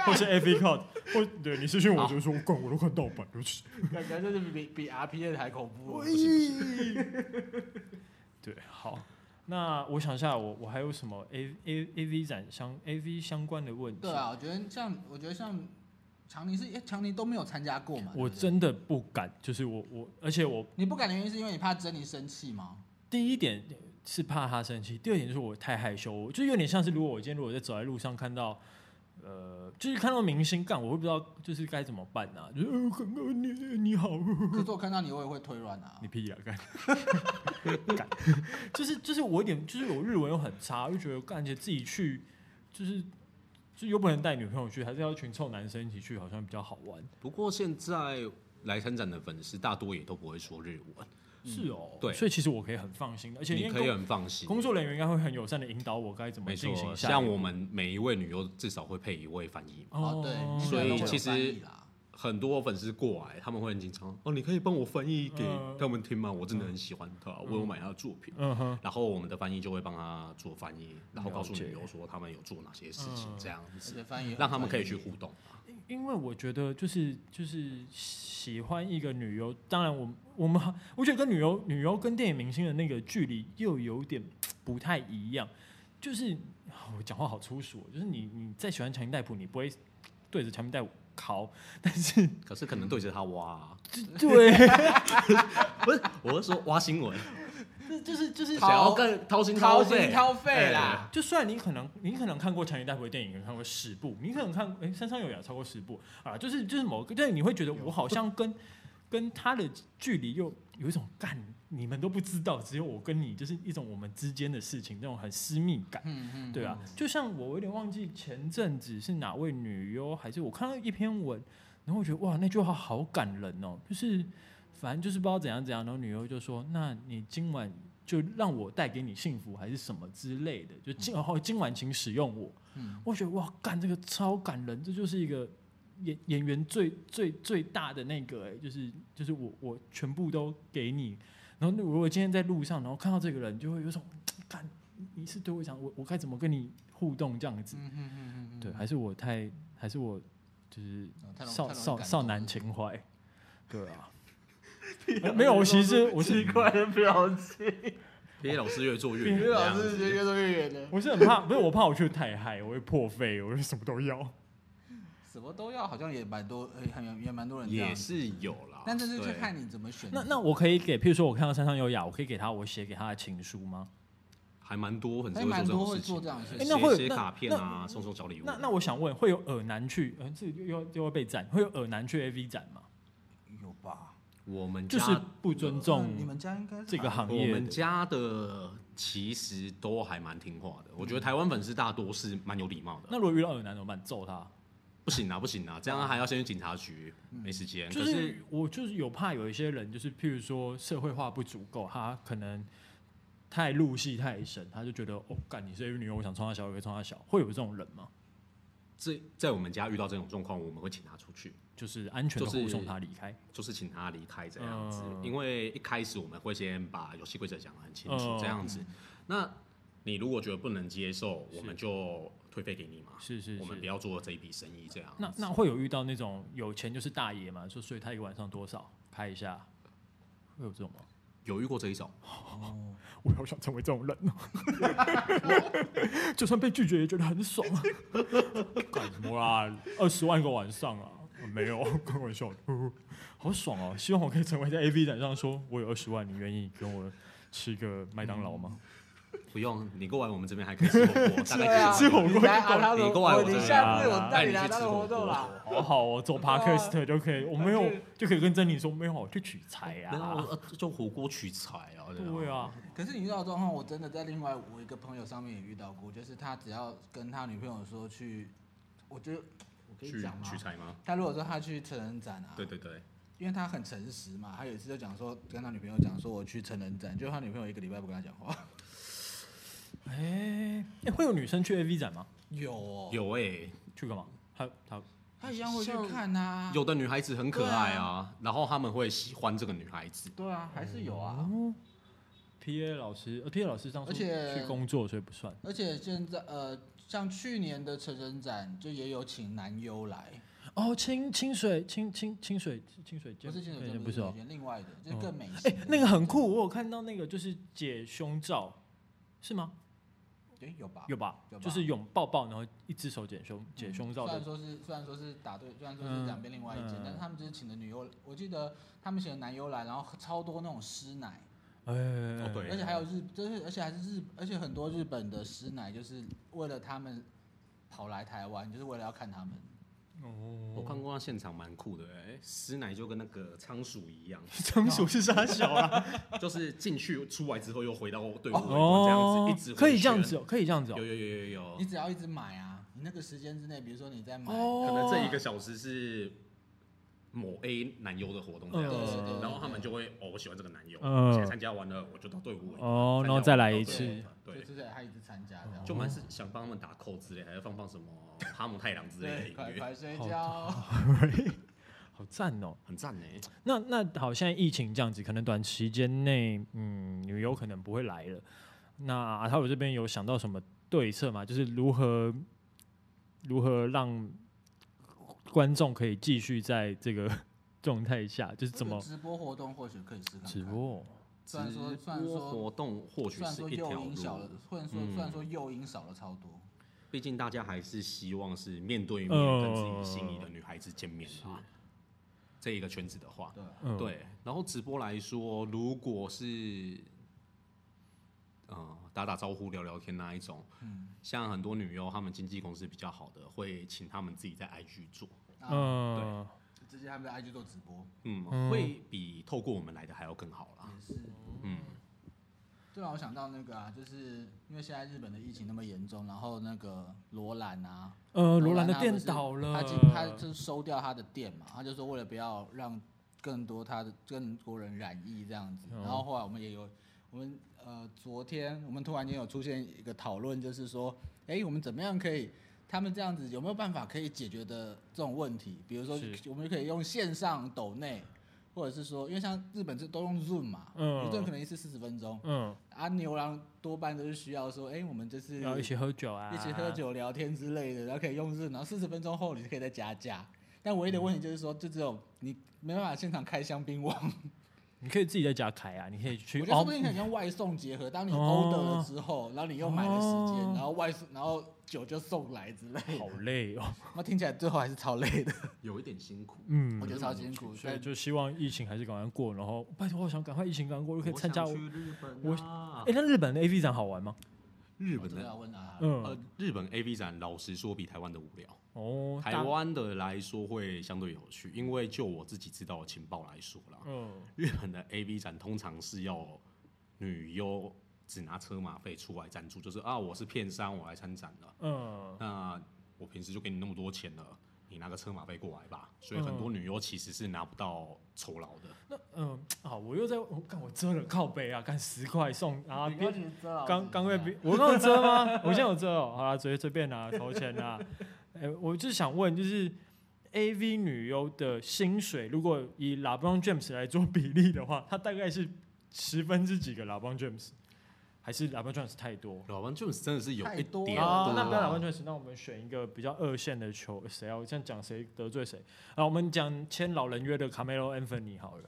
B: 或是 AV Code，或对你私讯我就说，我我都看盗版，尤其
C: 感觉就是比比 R P A 还恐怖。
B: 对，好。那我想一下，我我还有什么 A A A V 展相 A V 相关的问题？
C: 对啊，我觉得像我觉得像强尼是，诶强尼都没有参加过嘛。
B: 我
C: 对不对
B: 真的不敢，就是我我，而且我
C: 你不敢的原因是因为你怕珍妮生气
B: (laughs)
C: 吗？
B: 第一点是怕他生气，第二点就是我太害羞，我就有点像是如果我今天如果在走在路上看到，呃，就是看到明星干，我会不知道就是该怎么办啊，就是、呃、哥哥你你好，
C: 可是我看到你，我也会腿软啊
B: 你。屁呀、
D: (laughs)
B: 干干，就是就是我有点就是我日文又很差，就觉得感觉自己去就是就又不能带女朋友去，还是要一群臭男生一起去，好像比较好玩。
D: 不过现在来参展的粉丝大多也都不会说日文，
B: 是哦，
D: 嗯对
B: 所以其实我可以很放心的，而且
D: 你
B: 因
D: 可以
B: 为
D: 很放心。
B: 工工作人员应该会很友善的引导我该怎么
D: 没
B: 进行
D: 错，
B: 下一
D: 像
B: 步。
D: 我们每一位女优至少会配一位翻译嘛，
C: 哦，对，你
D: 所以
C: 女儿都会有
D: 其实
C: 翻译啦
D: 很多粉丝过来，他们会很紧张哦，你可以帮我翻译给
B: 嗯
D: 他们听吗？我真的很喜欢他，我有买他的作品。
B: 嗯哼，
D: 然后我们的翻译就会帮他做翻译，然后告诉
B: 了解
D: 女优说他们有做哪些事情，
B: 嗯
D: 这样
C: 而
D: 子
C: 且翻译很
D: 让他们可以
C: 专
D: 去
C: 业
D: 互动。啊
B: 因因为我觉得就是就是喜欢一个女优，当然我们我们好我觉得跟女优女优跟电影明星的那个距离又有点不太一样，就是啊我讲话好粗俗哦，就是你你再喜欢强尼戴普，你不会对着强尼戴普考，但是
D: 可是可能对着他挖啊，
B: 对，
D: 不是，我是说挖新闻，
B: 就是就是
D: 想要更掏心
C: 掏
D: 肺，
C: 心掏肺啦。
B: 就算你可能你可能看过强尼戴普的电影，可能看过十部，你可能看诶，山上有雅》超过十部啊，就是就是某个，但是你会觉得我好像跟跟他的距离又有一种干，你们都不知道，只有我跟你，就是一种我们之间的事情，那种很私密感。
C: 嗯嗯，
B: 对啊，就像我有点忘记前阵子是哪位女优，还是我看到一篇文，然后我觉得哇，那句话好感人哦，就是反正就是不知道怎样怎样，然后女优就说：“那你今晚就让我带给你幸福，还是什么之类的，就今哦今晚请使用我。”
C: 嗯，
B: 我觉得哇，干这个超感人，这就是一个演演员最最最大的那个、欸，就是就是我我全部都给你。然后如果今天在路上，然后看到这个人，就会有种干，你是对我讲，我我该怎么跟你互动这样子？
C: 嗯嗯嗯嗯，
B: 对，还是我太还是我就是
C: 嗯，太容
B: 少
C: 太容易
B: 少
C: 感
B: 少
C: 动
B: 男
C: 了 (laughs)
B: 情怀，对啊。没有，我其实我是
F: 怪的表情，
D: 别老师越做越
F: 因
D: 远
F: 为
D: 这
F: 老
D: 样
F: 师觉得
D: 子。
F: 越走越远了。
B: 我是很怕，不是我怕我去得太嗨，我会破费，我就什么都要。
A: 什么都要，好像也蛮多，
C: 哎
A: 呃很也蛮多人这样
D: 也，是有啦，
A: 但这是就
D: 对
A: 看你怎么选。
B: 那那我可以给，譬如说我看到山上优雅，我可以给他我写给他的情书吗？
D: 还蛮多，很
A: 还
D: 多
A: 蛮多
D: 会
A: 会
D: 做
A: 做
D: 这
A: 这
D: 种
A: 样
D: 事
A: 的事
D: 情，
B: 情
D: 写
B: 哎那会有
D: 写
B: 那
D: 卡片啊，送送小礼物。
B: 那那我想问，会有耳男去，嗯、这又又又要被斩，会有耳男去 AV 展吗？
A: 有吧？
D: 我们
B: 就
D: 家
B: 是不尊重
A: 嗯你们家应该是
B: 这个
A: 蛮
B: 行
D: 我
B: 业
D: 们
B: 的。
D: 家的其实都还蛮听话的，我觉得台湾粉丝大多是蛮有礼貌的。
B: 那如果遇到耳男怎么办？揍他？
D: 不行啊，不行啊，这样还要先去警察局，没时间。
B: 哦嗯就
D: 可是
B: 是我就是有怕有一些人，就是譬如说社会化不足够，他可能太入戏太深，他就觉得哦，干你是 AV 女优，我想冲他小，我可以冲他小，会有这种人吗？
D: 这在我们家遇到这种状况，我们会请他出去，
B: 就是安全的
D: 就是
B: 护送他离开。
D: 就是请他离开这样子。
B: 嗯
D: 因为一开始我们会先把游戏规则讲得很清楚
B: 嗯，
D: 这样子。那你如果觉得不能接受，我们就退费给你嘛。
B: 是是
D: 我们不
B: 是。
D: 要做这一笔生意这样。
B: 那那会有遇到那种有钱就是大爷嘛，说所以他一个晚上多少开一下，会有这种吗？
D: 有遇过这一种，
B: (laughs) 我好想成为这种人哦、 (laughs) 就算被拒绝也觉得很爽、啊。 (laughs) 干什么啦？二十万个晚上啊？没有，开玩笑的。 (laughs) 好爽哦、希望我可以成为在 A V 展上说，我有二十万，你愿意跟我吃个麦当劳吗？
D: 不用你过来我们这边还可以吃火
B: (laughs)
D: 锅，大概可以
A: 啊，
B: 吃火锅
A: 你来阿拉
D: 你
A: 的
D: 过来我
A: 我
D: 这边
A: 你
D: 啊
A: 下次我带你
D: 你去
A: 来
D: 吃
A: 他的
D: 火
A: 活动
D: 锅啊
A: 啦。
B: 好好哦，做 podcast 就可以，我没有就可以跟珍妮说，没有，我去取材
D: 然后
B: 啊。
D: 呃就火锅取材哦，这样
B: 对啊，
A: 可是你遇到的状况，我真的在另外我一个朋友上面也遇到过，就是他只要跟他女朋友说去，我觉得我可以
D: 去
A: 讲吗
D: 取？材吗？
A: 他如果说他去成人展啊，
D: 对对对，
A: 因为他很诚实嘛，他有一次就讲说跟他女朋友讲说我去成人展，就他女朋友一个礼拜不跟他讲话。
B: 哎、哎会有女生去 A V 展吗？
A: 有哦，
D: 有哎、
B: 去干嘛？她她
A: 他一样会去
D: 像
A: 看啊，
D: 有的女孩子很可爱啊，然后他们会喜欢这个女孩子。
A: 对啊，还是有
D: 嗯
A: 啊。
B: P A 老师，呃，P A 老师上次
A: 而且
B: 去工作，所以不算。
A: 而且现在呃，像去年的成人展就也有请男优来，
B: 哦，清清水清清清水清水
A: 不
B: 间
A: 是清水
B: 对
A: 健，
B: 不是
A: 是
B: 哦，
A: 另外的，就是更美型
B: 哎、
A: 的。
B: 那个很酷，我有看到那个就是解胸罩，是吗？
A: 哎有吧？
B: 有吧？
A: 有吧
B: 就是拥抱抱，然后一只手解胸解胸罩
A: 虽然
B: 的，
A: 说是虽然说是打对，虽然说
B: 嗯
A: 是两边另外一间，
B: 嗯
A: 但是他们就是请的女优，我记得他们请的男优来，然后超多那种师奶，
B: 哎、
D: 哦对
A: 而且还有日，就是而且还是日，而且很多日本的师奶就是为了他们跑来台湾，就是为了要看他们。
D: 我看过她现场蛮酷的哎、师奶就跟那个仓鼠一样，
B: 仓鼠是傻小啊，
D: 就是进去出来之后又回到队伍围观这样
B: 哦
D: 子，一直回
B: 可以这样
D: 旋
B: 子，哦，可以这样子哦
D: 有，有有有有
A: 你
D: 有，
A: 只要一直买啊，你那个时间之内，比如说你在买，
B: 哦
D: 可能这一个小时是。某 A 男优的活动这样子，
A: 嗯
D: 然后他们就会哦，我喜欢这个男优，
B: 嗯
D: 现在参加完了我就到队
B: 哦
D: 伍里参加完
B: 然后再来一次哦
D: 到队伍
A: 就，
D: 对
A: 是在他一直参加这样。
D: 就蛮是想帮他们打 call 之类，还要放放什么哈姆太郎之类
A: 对，
D: 的
A: 快
D: 音乐，
A: 快睡觉。
B: 啊好赞哦。
D: 很赞呢。
B: 那那好，现在疫情这样子，可能短期间内，嗯，旅游可能不会来了。那阿涛有这边有想到什么对策吗？就是如何如何让观众可以继续在这个 (laughs) 状态下，就是怎
A: 这
B: 么
A: 个直播活动或许可以试看看
B: 直。播？
D: 直
A: 虽然说虽然
D: 播
A: 说
D: 活动或许
A: 虽然
D: 是
A: 说
D: 一条
A: 诱
D: 路
A: 因，小了，虽然说
D: 嗯
A: 虽然说诱因少了超多，
D: 毕竟大家还是希望是面对面
B: 嗯
D: 跟自己心仪的女孩子见面啊。这一个圈子的话，
A: 对，
B: 嗯，，
D: 对，然后直播来说，如果是呃打打招呼、聊聊天那一种，
A: 嗯，
D: 像很多女优，她们经纪公司比较好的，会请她们自己在 IG 做，
A: 那
B: 嗯，
A: 直接他们的 IG 做直播
D: 嗯，
B: 嗯
D: 会比透过我们来的还要更好啦。
A: 也是，
D: 嗯，
A: 就让我想到那个啊，就是因为现在日本的疫情那么严重，然后那个罗兰啊，
B: 呃，罗兰的
A: 他不
B: 店
A: 是
B: 倒了，
A: 他今他就是收掉他的店嘛，他就说为了不要让更多他的更多人染疫这样子。
B: 哦
A: 然后后来我们也有，我们呃昨天我们突然间有出现一个讨论，就是说，哎、我们怎么样可以？他们这样子有没有办法可以解决的这种问题？比如说
B: 是，
A: 我们可以用线上抖内，或者是说，因为像日本是都用 Zoom 嘛，
B: 嗯
A: z o o m 可能一次四十分钟，
B: 嗯，
A: 啊，牛郎多半都是需要说，哎、我们这次
B: 要一起喝酒啊，
A: 一起喝，酒聊天之类的，然后可以用日，然后四十分钟后你就可以
B: (laughs)
A: 再加价。但唯一的问题就是说，就只有你没办法现场开香槟王，
B: 你可以自己在家开啊，你可以去
A: 我觉得说
B: 哦
A: 不，定可以跟外送结合。当你
B: 哦
A: order 了之后，然后你又买了时间，
B: 哦
A: 然后外送，然后酒就送来之类
B: 好
A: 的。
B: 累哦。
A: 那听起来最后还是超累的，
D: 有一点辛苦。
B: 嗯
A: 我，觉得超辛苦。
B: 所以
A: 但
B: 就希望疫情还是赶快过，然后拜托，我想赶快疫情赶快过，就可以
D: 我
B: 参加
D: 想
B: 我。
D: 去日本
B: 我
D: 啊、
B: 哎，那日本的 A V 展好玩吗？
D: 日
A: 我
D: 本
A: 真的要
D: 的
A: 问啊，
D: 呃
B: 嗯，，
D: 日本 A V 展，老实说比台湾的无聊。
B: 哦，
D: 台
B: 大，
D: 湾的来说会相对有趣，因为就我自己知道的情报来说啦，
B: 嗯，
D: 日本的 A V 展通常是要女优只拿车马费出来赞助，就是啊，我是片商，我来参展了，
B: 嗯，
D: 那我平时就给你那么多钱了。你拿个车马费过来吧，所以很
B: 嗯
D: 多女优其实是拿不到酬劳的。
B: 那嗯，好，我又在，我干我遮了靠背啊，干十块送啊，
A: 你跟你遮老师
B: 刚刚
A: 一
B: 被
A: 样
B: 别我刚有遮吗？我现在有遮哦，好啦，随随便啦，投钱啦。 (laughs) 哎、我就想问，就是 A V 女优的薪水，如果以 LeBron James 来做比例的话，它大概是十分之几个 LeBron James，还是 LeBron James 太多？
D: 老王 Jones 真的是有
A: 太
D: 一
A: 多
D: 点
A: 了
B: 啊
A: 啊，
B: 那不要 LeBron James，那我们选一个比较二线的球，谁要这样讲谁得罪谁？啊，我们讲签老人约的 Carmelo Anthony 好了，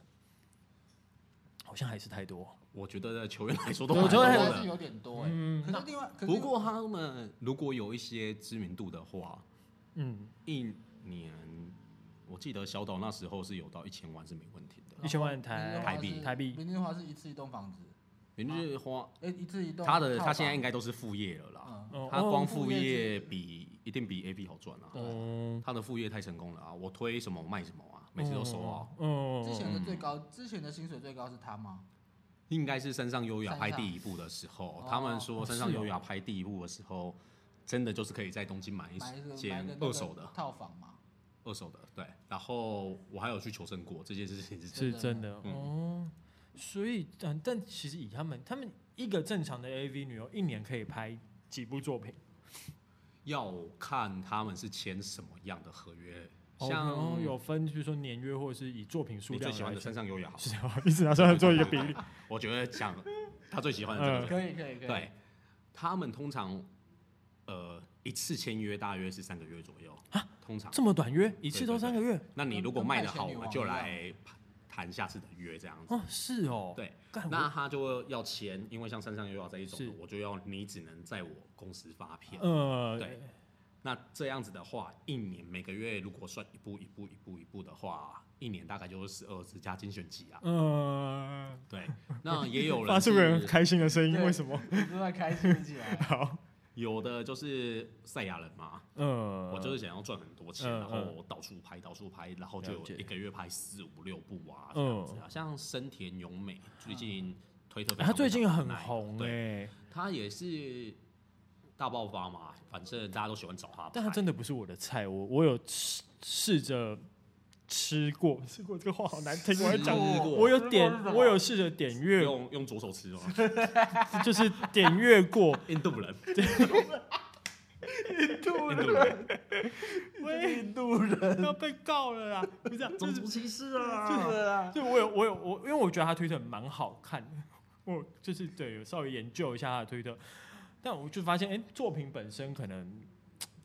B: 好像还是太多。
D: 我觉得球员来说都
B: 对
D: 蛮
B: 我觉
D: 多
B: 得
A: 还
D: 的
A: 是。有点多哎、
B: 嗯
A: 可是另外，可是
D: 不过他们如果有一些知名度的话，
B: 嗯，
D: 一年，我记得小岛那时候是有到一千万是没问题的。
B: 一千万
A: 明
B: 台
A: 日
D: 台
A: 花
D: 币
A: 是
B: 台币
A: 明日花是一次一栋房子，
D: 明日花
A: 哎、一次一栋套
D: 他
A: 房。
D: 的他现在应该都是副业了啦，
A: 嗯，
B: 哦
D: 他光
B: 副
D: 副
B: 业
D: 业比一定比 A B 好赚啊。
B: 哦，
D: 他的副业太成功了啊！我推什么我卖什么
A: 哦
D: 啊，每次都收啊。
B: 嗯。
A: 之前
B: 嗯，
A: 的最高，之前的薪水最高是他吗？
D: 应该是山上优雅
A: 山
D: 拍
A: 上
D: 第一部的时候
A: 哦，
D: 他们说山
B: 哦
D: 上
B: 是哦
D: 优雅拍第一部的时候，真的就是可以在东京买一
A: 买一个买一个
D: 间
A: 那个
D: 二手的，
A: 套房
D: (laughs)
A: 嘛。
D: 二手的对。然后我还有去求证过这件事情是
B: 是真
A: 真
B: 的
A: 的
D: 嗯
B: 哦。所以，嗯，但其实以他们，他们一个正常的 AV 女优哦一年可以拍几部作品？
D: 要看他们是签什么样的合约，
B: 哦
D: 像
B: 有分，就是说年约或者是以作品数
D: 你
B: 量
D: 最喜欢
B: 来
D: 的山
B: 讲。
D: 上优雅好，
B: 是啊，一直拿出 (laughs) 来做一个比例。
D: (laughs) 我觉得讲他最喜欢的这个
B: 嗯
D: 就好，
A: 可以可以可以。
D: 对，他们通常呃一次签约大约是三个月左右通常
B: 啊这。么短约，一次都
D: 对对对
B: 三个月？
D: 那你如果
A: 跟
D: 卖
A: 卖
D: 的
A: 钱
D: 好，
A: 女
D: 我们
A: 王
D: 就
A: 一样
D: 来谈下次的约这样子。
B: 哦，是哦。
D: 对
B: 干，
D: 那
B: 那
D: 他就要签，因为像山上优雅这一种的
B: 是，
D: 我就要你只能在我公司发片。
B: 呃，
D: 对，那这样子的话，一年每个月如果算一步一步一步一步的话，一年大概就是十二支加精选集啊。
B: 呃， (laughs)
D: 对，那也有人
B: 发出
D: 是
B: 个人开心的声音，
A: 对
B: 为什么？
A: 你正在开心起
D: (laughs)
A: 来。
B: 好，
D: 有的就是赛亚人嘛，
B: 呃，
D: 我就是想要赚很多钱，
B: 嗯
D: 然后到处拍，到处拍，然后就
B: 了
D: 有
B: 解
D: 一个月拍四五六部啊，这
B: 嗯
D: 样子啊。像深田咏美最近推特非
B: 哎，
D: 常
B: 他最近很
D: 非常
B: 红
D: 对，
B: 哎，
D: 他也是大爆发嘛，反正大家都喜欢找他拍。
B: 但它真的不是我的菜，我我有试试着吃过，吃过这个话好难听，我要讲，
D: 吃过
B: 我有
A: 吃过是什
B: 点，
A: 么
B: 我有试着点
D: (laughs)
B: 阅，
D: 用用左手吃吗？
B: 就是点阅过，
D: 印度人，
A: 度
D: 印度人，
B: 喂，
A: 印度人
B: (laughs) 要被告了啦，不是、啊，就
D: 种
B: 是
D: 族歧视啊！
A: 是啊，
B: (laughs) 就我有我有我，因为我觉得他推特蛮好看的，我就是对有稍微研究一下他的推特，但我就发现，哎、作品本身可能。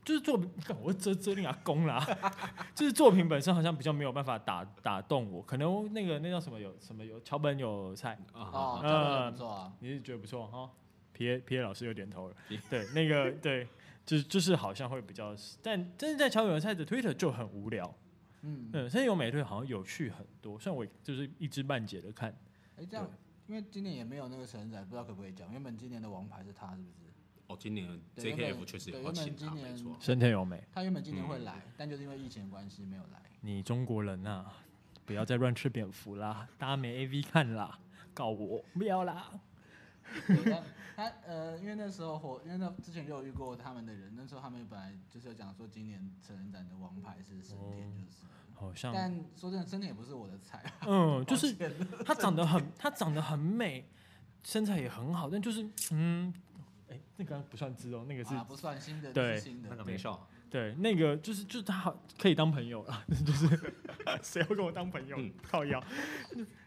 B: 就是作品，干我遮遮令阿公啦， (laughs) 就是作品本身好像比较没有办法打打动我，可能那个那叫什么有什么有桥本有菜，
A: 哦，这
D: 啊，
A: 个也不错啊。
B: 你是觉得不错哈？皮耶皮耶老师又点头了，对，那个对，就就是好像会比较，但但是在乔永菜的 Twitter 就很无聊，
A: 嗯，
B: 嗯，甚至有美队好像有趣很多，虽然我就是一知半解的看，
A: 哎，这样，因为今年也没有那个成人展，不知道可不可以讲。原本今年的王牌是他，是不是？
D: 哦，今年
A: 对原本
D: JKF 确实
A: 对
D: 有邀请
A: 原
D: 他，
A: 本今年
D: 没错。
B: 深田有美，
A: 他原本今年会
D: 嗯
A: 来，但就是因为疫情的关系没有来。
B: 你中国人呐、不要再乱吃蝙蝠啦，大家没 AV 看啦，告我不要啦，
A: 对但他呃，因为那时候火，因为那之前就有遇过他们的人，那时候他们本来就是有讲说今年成人展的王牌是神
D: 哦
A: 田，就是。
B: 好像
A: 但说真的，森田也不是我的菜。
B: 嗯，
A: 抱
B: 就是
A: 歉
B: (laughs) 她长得很，她长得很美，身材也很好，但就是嗯，哎、那个不算肌肉，那个是
A: 啊，不算新的，
B: 对
A: 是新的
D: 那个没笑，
B: 对，那个就是就是他好可以当朋友了， (laughs) 就是谁要跟我当朋友？
D: 嗯
B: 靠腰，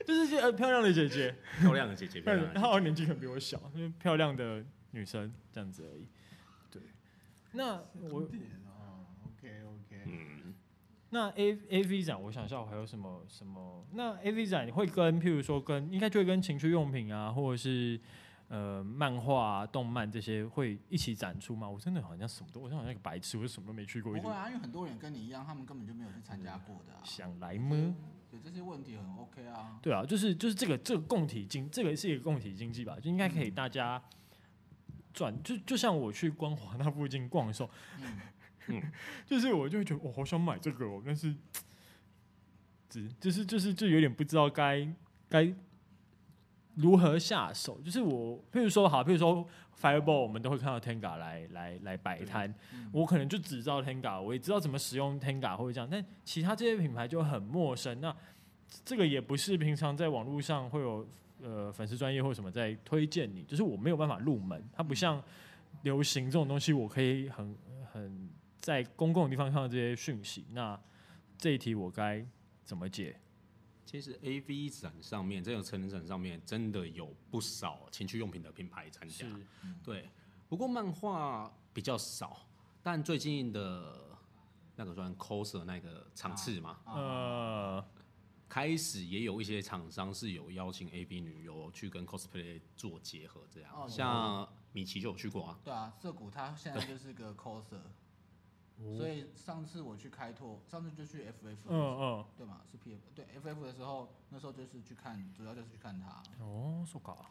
B: 就是些、呃、漂亮的姐姐，
D: 漂亮的姐姐，漂亮
B: 嗯，
D: 的啊姐
B: 她
D: 姐
B: 好像年纪可能比我小，就是漂亮的女生这样子而已。对，那我
A: (laughs) 点哦，OK OK，
D: 嗯，
B: 那 A A V 展，我想一下，我还有什么什么？那 A V 展会跟，譬如说跟，应该就会跟情趣用品啊，或者是呃漫画、啊、动漫这些会一起展出吗？我真的好像什么都，我真的好像一个白痴，我什么都没去
A: 不
B: 过，一直
A: 会啊，因为很多人跟你一样，他们根本就没有去参加过的啊。
B: 想来吗？
A: 有这些问题很 OK 啊。
B: 对啊，就是就是这个这个共体经，这个是一个共体经济吧，就应该可以
A: 嗯
B: 大家赚。就就像我去光华那附近逛的时候， (laughs)
A: 嗯，
B: 就是我就会觉得我、好想买这个哦，但是只就是就是就有点不知道该该如何下手。就是我，譬如说好，譬如说 Fireball，我们都会看到 Tenga 来来来摆摊，
A: 嗯
B: 我可能就只知道 Tenga，我也知道怎么使用 Tenga 或者这样，但其他这些品牌就很陌生。那这个也不是平常在网络上会有呃粉丝专业或什么在推荐你，就是我没有办法入门，它不像流行这种东西，我可以很很在公共的地方看到这些讯息。那这一题我该怎么解？
D: 其实 A V 展上面，这个成人展上面真的有不少情趣用品的品牌参加
B: 是，
D: 对。不过漫画比较少，但最近的那个算 coser 那个场次嘛，
B: 呃，
D: 开始也有一些厂商是有邀请 A V 女优去跟 cosplay 做结合，这样，
A: 哦有
D: 像米奇就有去过啊，
A: 对啊，涩谷他现在就是
B: (laughs)
A: 个 coser，所
B: 哦
A: 以上次我去开拓，上次就去 FF，
B: 嗯嗯，
A: 对嘛？是 PF 对 FF 的时候，那时候就是去看，主要就是去看他。
B: 哦，说搞，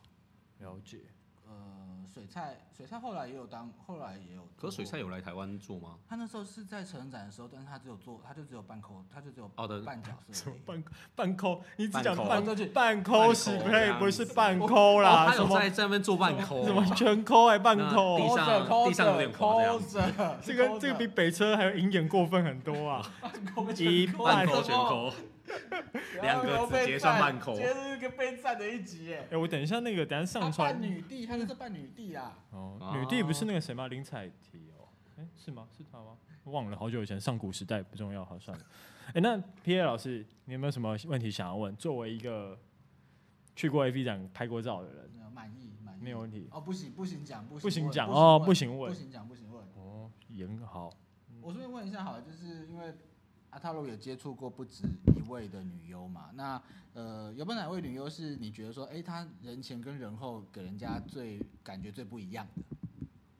B: 了解。
A: 呃，水菜水菜后来也有当，后来也有。
D: 可是水菜，有来台湾做吗？
A: 他那时候是在成人展的时候，但是他只有做，他就只有半扣，他就只有
D: 哦对
A: 半角色而已。
B: 半半抠，你只讲
D: 半抠啊
B: 半
A: 对对
B: 半抠是
D: 半
B: 不
D: 抠
B: 可以
D: 这
B: 不
D: 样
B: 是
D: 子
B: 半抠啦，
D: 哦他
B: 什
D: 有
B: 么
D: 在这边做 (laughs) 半抠，
B: 什么全抠还半
D: 哦那
B: 抠
D: 地，上地上有点垮这样子
A: 着，
B: 这个这个比北车还有鹰眼过分很多啊！
D: (laughs)
B: 一
D: 半
B: 半
D: 抠
B: 哎、
D: 全抠，两个直接算半扣
A: 今天是一个被赞的一集耶。
B: 哎我等一下那个等一下上
A: 他
B: 传
A: 扮女帝，他就是扮女帝啦。
B: 哦
D: 啊，
B: 女帝不是那个谁吗？林采缇哦，哎、是吗？是她吗？忘了，好久以前，上古时代不重要，好算了。哎、那 P A 老师，你有没有什么问题想要问？作为一个去过 A V 展拍过照的人，
A: 没有满意，满意，
B: 没有问题
A: 哦，不行，不行讲，不行
B: 不
A: 问，
B: 行讲哦，不
A: 不
B: 行
A: 问，
B: 问
A: 不行讲，不行问。
B: 哦，严好，
A: 我顺便问一下，好了，就是因为阿塔罗也接触过不止一位的女优嘛，那呃，有没有哪位女优是你觉得说，哎、她人前跟人后给人家最感觉最不一样的？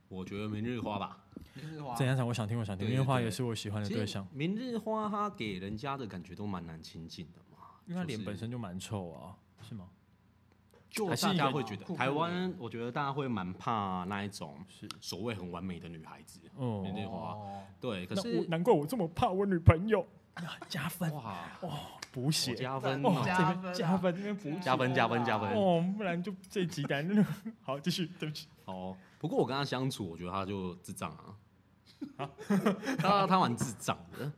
D: 我觉得明日花吧，
A: 就是花
B: 郑，家长，我想听，我想听，
D: 对
B: 因为话
D: 对
B: 也是我喜欢的
D: 其
B: 哎对
D: 实
B: 象，
D: 明日花它给人家的感觉都蛮难亲近的嘛，
B: 因为他脸
D: 就是
B: 本身就蛮臭啊，是吗？
D: 就
B: 还是
D: 大
B: 一
D: 家
B: 个
D: 会觉得
A: 酷酷
D: 台
A: 的
D: 湾，我觉得大家会蛮怕那一种
B: 是
D: 所谓很完美的女孩子。
B: 哦
D: 明日花，
A: 哦，
D: 对，可
B: 那我
D: 是
B: 难怪我这么怕我女朋
D: (laughs)
B: 友，啊加分
D: 哇，
B: 补
D: 我
B: 血，
D: 加分
B: 哦
D: 哦，
B: 这
A: 加分啊
B: 边加分，这边补
A: 加
B: 血
D: 加分加分加分
B: 哦，不然就这集单 (laughs) 好，继续，对不起。
D: 哦。不过我跟他相处，我觉得他就智障啊，
A: (laughs)
D: 他他蛮智障的，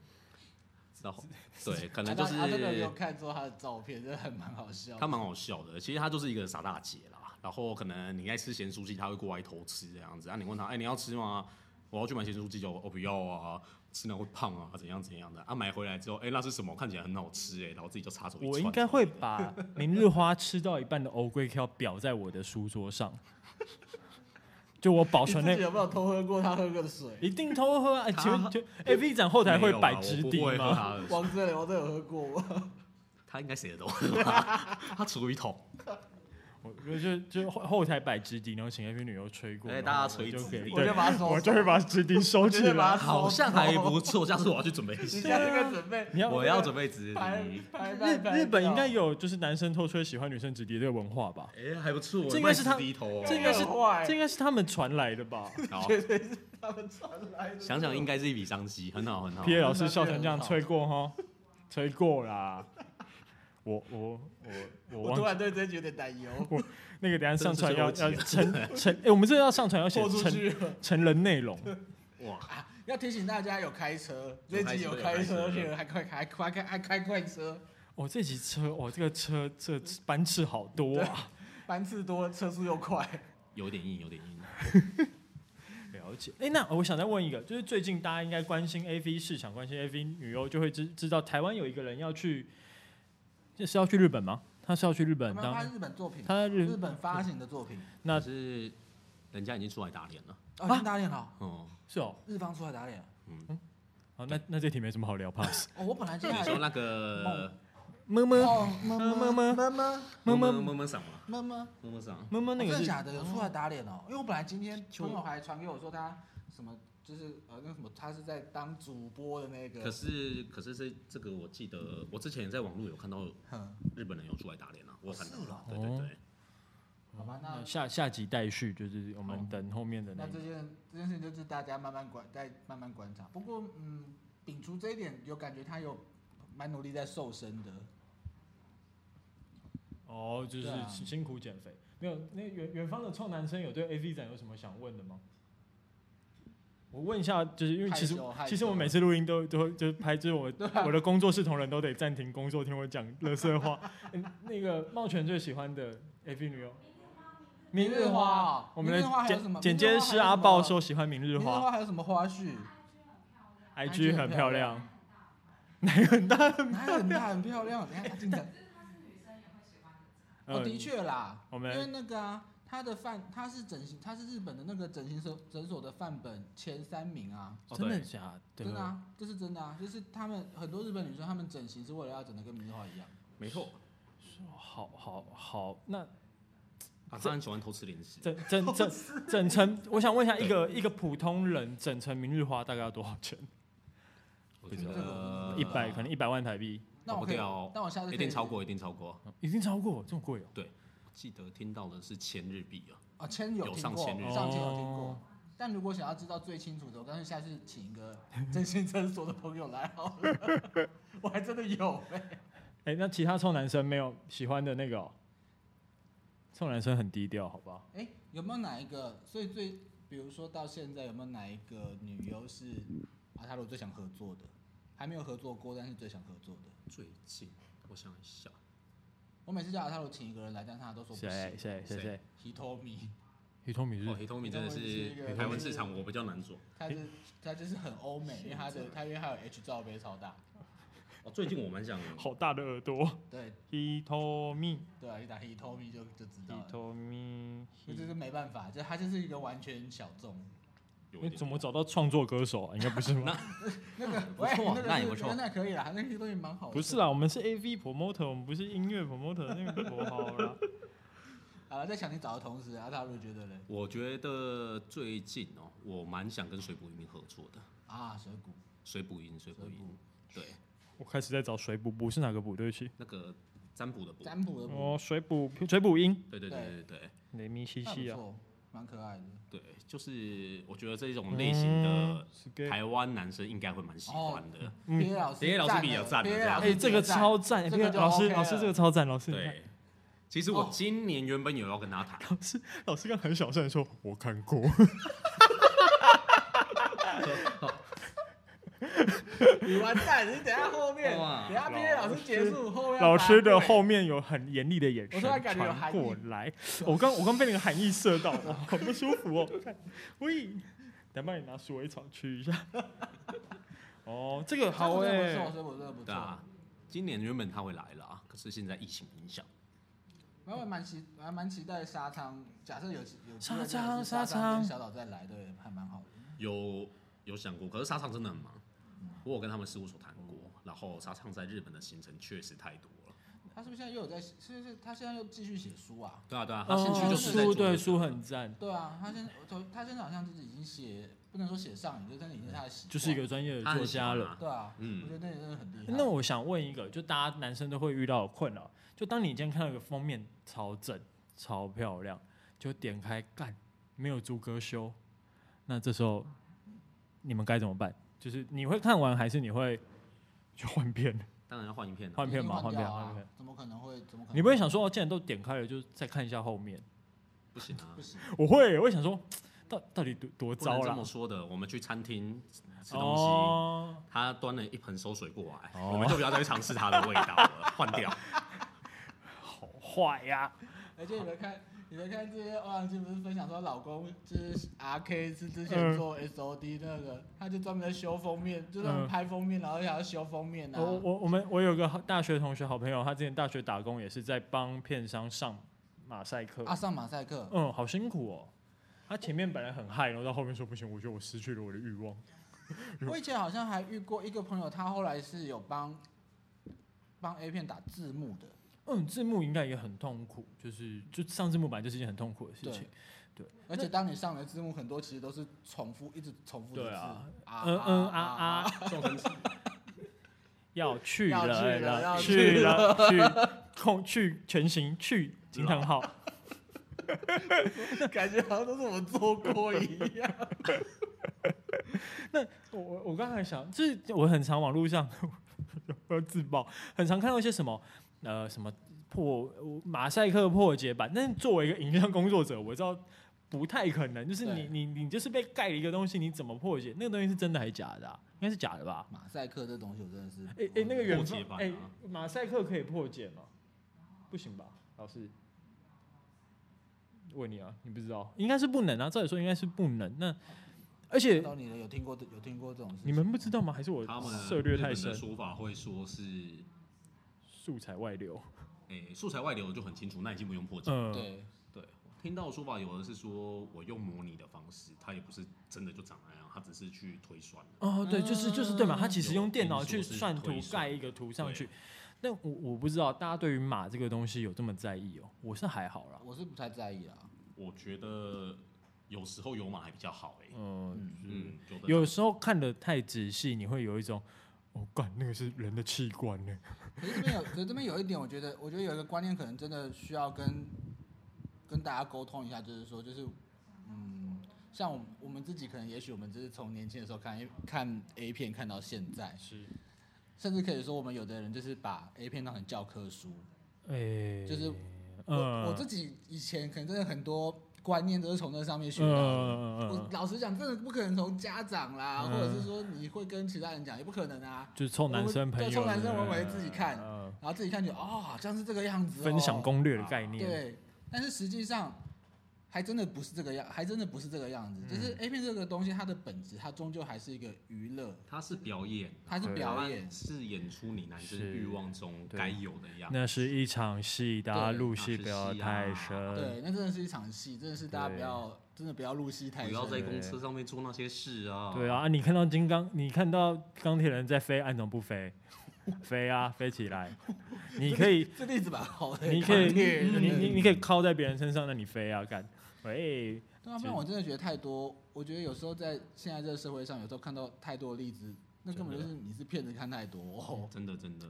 D: 然后对，可能就
A: 啊他真的
D: 是
A: 有看出她的照片，真的很蛮好笑的。
D: 他蛮好笑的，其实他就是一个傻大姐啦。然后可能你爱吃咸酥鸡，他会过来偷吃这样子。啊，你问他，哎、你要吃吗？我要去买咸酥鸡哦，我、不要啊，吃了会胖啊，怎样怎样的。啊，买回来之后，哎、那是什么？看起来很好吃哎、然后自己就插手一
B: 我
D: 串
B: 应该会把明日花吃到一半的欧龟 Q 裱在我的书桌上， (laughs) 就我保
A: 你
B: 存
A: 自己
B: 那
A: 有没有偷喝过她喝过的
D: (laughs)
A: 水？
B: 一定偷喝啊！哎请问
D: 他
B: 就 A V 展后台会摆直
D: 没
B: 底
D: 有啊啦我不会喝
B: 吗？
D: 他的水
A: 王志磊，我都有喝过。
D: 他应该谁的都会喝吧，啊 (laughs) 他厨一桶。
B: 我我就就后后台摆直底，然后请 A V 女优吹过，
D: 哎
B: 然后
D: 大家
B: 我
D: 吹
B: 就
D: 直
B: 给
D: 笛
B: 对
A: 我就把它收
B: 我
A: 走
B: 就会把直笛收起
A: 我就会把
B: 来
A: 它。
D: 好像还不错，下次我要去准备一
B: (laughs)
A: 你现
D: 下。
A: 在这个准备，
B: 你要
D: 我要准备纸
A: 拍
D: 笛，
A: 拍
B: 日日本应该
A: 有，
B: 有就是男生偷吹喜欢女生直笛这个文化吧？
D: 哎、还不错，
B: 这应该是他
D: 第一头、哦，
B: 这应该是
A: 很坏
B: 这应该是他们传来的吧
D: 好，
A: 他们传来的。
D: 想想应该是一笔商机，很好
B: (laughs)
D: 很好
B: ？P。A 老师笑成这样，吹过哈，吹过啦。我我我我
A: 我突
B: 忘
A: 然对这集有点担忧，
B: 那个等一下上传要
D: 真
B: 要
D: 是
B: 成成哎，我们这个要上传要写
A: 豁出
B: 成
A: 去了。
B: 成人内容，
D: 哇，
A: 要提醒大家有开车，
D: 有
A: 这
D: 开车
A: 集有开车，而且还快还快开还开快车，
B: 哦，这集车哦，这个车这班次好多啊。
A: 班次多，车速又快。
D: 有点硬，有点硬。
B: (laughs) 了解，哎，那我想再问一个，就是最近大家应该关心 A V 市场，关心 A V 女优，就会知知道台湾有一个人要去，这是要去日本吗？他是要去日本
A: 有没有拍
B: 当，
A: 日本作品？
B: 他在
A: 日
B: 日
A: 本发行的作品，
B: 那
D: 但是人家已经出来打脸了。
A: 哦，已经打脸了，
D: 哦，
B: 是哦，
A: 日方出来打脸了。
B: 啊好，那那这题没什么好聊，pass。
A: 哦，我本来今天
D: 你
A: 还
D: 说那个
B: 么么
A: 哦，么么么么
B: 么么么
D: 么
B: 么
D: 么么嗓吗？
A: 么么，
D: 么么嗓，
B: 么么
A: 哦
B: 那
A: 真
B: 个
A: 的
B: 是
A: 假的？有出来打脸哦，因为我本来今天朋友还传给我说他什么，就是呃那什么，他是在当主播的那
D: 可
A: 个，
D: 是可是这这个我记得，我之前也在网络有看到
A: 哼，
D: 日本人有出来打脸啊，我有看到
A: 是哦
D: 对对对，
A: 好吧，那
B: 那嗯下下集待续，就是我们
A: 哦
B: 等后面的那
A: 那
B: 一
A: 这件这件事情就是大家慢慢观，再慢慢观察。不过，嗯，摒除这一点，有感觉他有蛮努力在瘦身的。
B: 哦，就是
A: 对啊
B: 辛苦减肥。没有，那远远方的臭男生有对 A V 展有什么想问的吗？我问一下，就是因为其实
A: 害羞害羞啊
B: 其实我每次录音都都会就是拍，就是我、我的工作室同仁都得暂停工作听我讲乐色话。嗯那个茂全最喜欢的 A V 女优，明
A: 明日花哦
B: 我们
A: 明日花
B: 的
A: 还有什
B: 剪
A: 么
B: 剪
A: 明日花
B: 接
A: 还
B: 师
A: 有
B: 阿
A: 什么
B: 豹说喜欢明日
A: 明天的
B: 花
A: 话还有什么花
B: (laughs)
A: 絮？
B: ，IG 很
A: 很
B: 漂
A: 漂
B: 亮
A: 亮，
B: 奶很 (laughs) 大，
A: 哪有很大很漂亮？等一下他进
B: (laughs)
A: 展。哦，
B: 嗯
A: 的确啦，
B: 我们
A: 因为那个啊，他的范他是整形，他是日本的那个整形手诊所的范本前三名啊，
D: 哦
B: 真的
D: 对
B: 假的？
A: 真的啊，这是真的啊，就是他们很多日本女生，她们整形是为了要整的跟明日花一样。
D: 没错，
B: 好好好，那
D: 啊，他很喜欢偷吃零食，
B: 整整整整层，我想问一下，一个一个普通人整层明日花大概要多少钱？
D: 我觉得
B: 一百、可能一百万台币，
A: 那
D: 跑
A: 我
D: 不
A: 可以，
D: 掉哦
A: 那我下次可以
D: 一定超过，一定超过。
B: 已经超过这么贵哦、
D: 记得听到的是千日币啊，
A: 啊，千有
D: 有
A: 听
D: 上
A: 过，
D: 千日
A: 上千有听
B: 哦
A: 过。但如果想要知道最清楚的，我干脆下次请一个真心诊所的朋友来好了。 (laughs) 我还真的有哎、
B: 哎、那其他臭男生没有喜欢的那个、哦？臭男生很低调，好吧？
A: 哎、有没有哪一个？所以最，比如说到现在有没有哪一个女优是阿塔罗最想合作的？还没有合作过，但是最想合作的。
D: 最近我想一下，
A: 我每次叫阿塔罗请一个人来，但是他都说不
B: 谁
A: 行。
B: 谁谁谁
D: 谁？啊
A: He told me， (laughs)
B: 黑头米
D: 哦，
B: 日
D: 黑透明真的
A: 黑透明是一
D: 是
A: 个
D: 台湾市场我比较难做。
A: 他是他就是很欧美，因为他的他因为他有 H 罩杯超大，
D: 哦，最近我蛮想， (laughs)
B: 好大的耳朵，
A: 对
B: 黑头米，
A: 对啊，一打 He told me 就就知道
B: 黑
A: 了。
B: 头米，
A: 这就是没办法，就他就是一个完全小众。
D: 有一
B: 你
D: 点
B: 哎怎么找到创作歌手啊？应该不 (laughs) 是吧？
A: 那个
D: 不错
A: 喂
D: 那也
A: 是
D: 不错
A: 那可以啦，那个东西蛮好的。
B: 不是啦，啊我们是 A V promoter，我们不是音乐 promoter，那个不好啊啦。
A: 好了，在想你找的同时，啊阿塔鲁觉得嘞
D: 我觉得最近哦，我蛮想跟水补音合作的。
A: 啊，蛇骨
D: 水补音，水补
A: 蛇骨
D: 音，对，
B: 我开始在找水补补是哪个补？对不起。
D: 那个占卜的卜，
A: 占卜的卜，
B: 哦，水补水补音，
D: 对对对对对
B: 雷咪西
A: 那不
B: 西啊，
A: 错，蛮可爱的。
D: 对，就是我觉得这种类型的
B: 嗯是
A: 嗯
B: 给
D: 台湾男生应该会蛮喜欢
A: 哦
D: 的。
B: 嗯
A: P A 老师，
D: 别老师比较赞的啊
A: 别
D: 这样
B: 哎，这个超赞！
A: 这个就
B: 老师
A: OK
B: 老师
A: 了
B: 这个超赞，老师你看
D: 对，其实我今年原本有要跟他谈，
A: 哦
B: 老师老师刚很小声地说，我看过，
A: 你完蛋，你等一下后面，
D: 哇
A: 等一下 P A 老师结束后面要
B: 老师的
A: 答对
B: 后面有很严厉的眼神
A: 我突然感觉有
B: 传
A: 含义
B: 过来，我刚我刚被那个含义射到，哇， (laughs) 好不舒服哦。看喂，等下帮你拿鼠尾草去一下。 (laughs) 哦，这个好哎
A: 这个，不错，这个不错，这个不错
D: 对啊。，今年原本他会来了啊，可是现在疫情影响，
A: 蛮蛮蛮期蛮蛮期待沙仓，假设有有机
B: 沙
A: 会真的是
B: 仓沙
A: 沙
B: 仓
A: 跟小岛再来，对，还蛮好的。
D: 有有想过，可是沙场真的很忙。我有跟他们事务所谈过，然后沙场在日本的行程确实太多了。
A: 他是不是现在又有在？是不是他现在又继续写书啊？
D: 对啊对啊，他
B: 哦
D: 兴趣就是在
B: 书
D: 做
B: 对
D: 这
B: 书
D: 个
B: 很赞，
A: 对啊，他现在他他现在好像就是已经写，不能说写上瘾，就真的已经是他的习惯
B: 就是一个专业的
D: 他
B: 作
D: 很喜
B: 家
D: 欢
B: 了。
D: 啊。
A: 对啊，
D: 嗯
A: 我觉得那也真的很厉害。
B: 那我想问一个，就大家男生都会遇到的困扰，就当你今天看到一个封面超正、超漂亮，就点开干，没有猪哥修，那这时候你们该怎么办？就是你会看完，还是你会去换片？ (laughs)
D: 当然要换一片了。
B: 换片吗？
A: 换
B: 换片，
A: 掉
B: 换
A: 啊
B: 片。
A: 怎么可能会？怎么可能？
B: 你不会想说，哦，既然都点开了，就再看一下后面？
D: 不行啊
A: 不，行？
B: 我会，我会想说，到到底多多
D: 不
B: 糟
D: 能这
B: 啦
D: 么。说的。我们去餐厅吃东西，
B: 哦，
D: 他端了一盆馊水过来，
B: 哦
D: 我们就不要再去尝试它的味道
B: (laughs)
D: 了，换掉。
B: 好坏呀、
A: 而且你们看，你们看这些欧阳靖不是分享说老公就是 R K 是之
B: 嗯
A: 前做 S O D 那个，他就专门在修封面，就
B: 嗯
A: 专门拍封面，然后想要修封面啊。
B: 我我我们我有个好大学同学好朋友，他之前大学打工也是在帮片商上马赛克，
A: 啊，上马赛克，
B: 嗯，好辛苦哦。他前面本来很嗨，然后到后面说不行，我觉得我失去了我的欲望。
A: 我以前好像还遇过一个朋友，他后来是有帮帮 A 片打字幕的，
B: 嗯，字幕应该也很痛苦，就是就上字幕本来就是一件很痛苦的事情。
A: 而且当你上了字幕，很多其实都是重复，一直重复的字。
B: 对啊，
A: 啊
B: 嗯嗯啊，啊，
A: (laughs)
D: 众生
B: 要去
A: 要去
B: 了哎
A: 了要
B: 去
A: 去
B: 了去 (laughs) 空去全行去惊叹号，
G: 感觉好像都是我做过一样。
B: 我我我刚才想，就是我很常网络上 (laughs) 我要自爆，很常看到一些什么呃什么破马赛克破解版，但是作为一个影像工作者，我知道不太可能，就是你
A: 对
B: 你你就是被盖了一个东西，你怎么破解？那个东西是真的还是假的、啊？应该是假的吧？
A: 马赛克这东西我真的是，
B: 哎、哎、那个远
D: 破
B: 方
D: 解版啊
B: 哎、马赛克可以破解吗？不行吧，老师？问你啊，你不知道？应该是不能啊，照理说应该是不能。那而且
A: 到你的有听过有听过这种事情？
B: 你们不知道吗？还是我
D: 他们
B: 涉略
D: 日本
B: 太
D: 的
B: 深？
D: 说法会说是，
B: 素材外流。
D: 诶、素材外流就很清楚，那已经不用破解。
B: 嗯，
A: 对
D: 对，听到的说法有的是说我用模拟的方式，它也不是真的就长那样，它只是去推算的。
B: 哦，对，就是就是对嘛，他其实
D: 有
B: 用电
A: 嗯
B: 脑
D: 听
B: 去
D: 说是
B: 算图
D: 推算
B: 盖一个图上
D: 对
B: 去。但我我不知道大家对于马这个东西有这么在意哦，我是还好啦。
A: 我是不太在意啊。
D: 我觉得有时候有码还比较好欸诶、
B: 嗯，就是
D: 嗯，有的
B: 有时候看的太仔细，你会有一种，哦，干那个是人的器官呢。
A: 可是这边有，可是这边有一点，我觉得，我觉得有一个观念，可能真的需要跟跟大家沟通一下，就是说，就是嗯，像我们我们自己，可能也许我们只是从年轻的时候看 A 看 A 片看到现在，
B: 是，
A: 甚至可以说，我们有的人就是把 A 片当成教科书。
B: 哎，
A: 就是我
B: 嗯，
A: 我自己以前可能真的很多观念都是从那上面学到的。
B: 嗯嗯
A: 我
B: 嗯，
A: 老实讲，真的不可能从家长啦，
B: 嗯
A: 或者是说你会跟其他人讲，也不可能啊。
B: 就是臭男生朋友，
A: 对臭男生
B: 嗯
A: 我们会自己看
B: 嗯
A: 然后自己看就哦，好像是这个样子、哦。
B: 分享攻略的概念。
A: 对，但是实际上还真的不是这个样，还真的不是这个样子。就是
B: 嗯
A: A 片这个东西，它的本质，它终究还是一个娱乐，
D: 它是表演，
A: 它是
B: 对
A: 表演
D: 它。是演出你男生
B: 是
D: 欲望中
B: 对
D: 该有的样子。
B: 那是一场戏，大家
A: 对
B: 入
D: 那
B: 戏
D: 是
B: 不要
D: 戏
B: 太
D: 啊
B: 深。
A: 对，那真的是一场戏，真的是大家
B: 嗯对
A: 不要，真的不要入戏太
D: 不
A: 深。
D: 要在
B: 对
D: 公车上面做那些事啊！
B: 对啊，，啊你看到金刚，你看到钢铁人在飞，按怎不飞？飞啊，飞起来！你
A: (laughs)
B: 可以，
A: (laughs) 这例子蛮好的，
B: 你可以，
A: 钢铁人
B: 你你你可以靠在别人身上，那你飞啊，干！喂，
A: 对啊，不然我真的觉得太多。我觉得有时候在现在这个社会上，有时候看到太多的例子，那根本就是你是骗子看太多、哦。
D: 真的真的，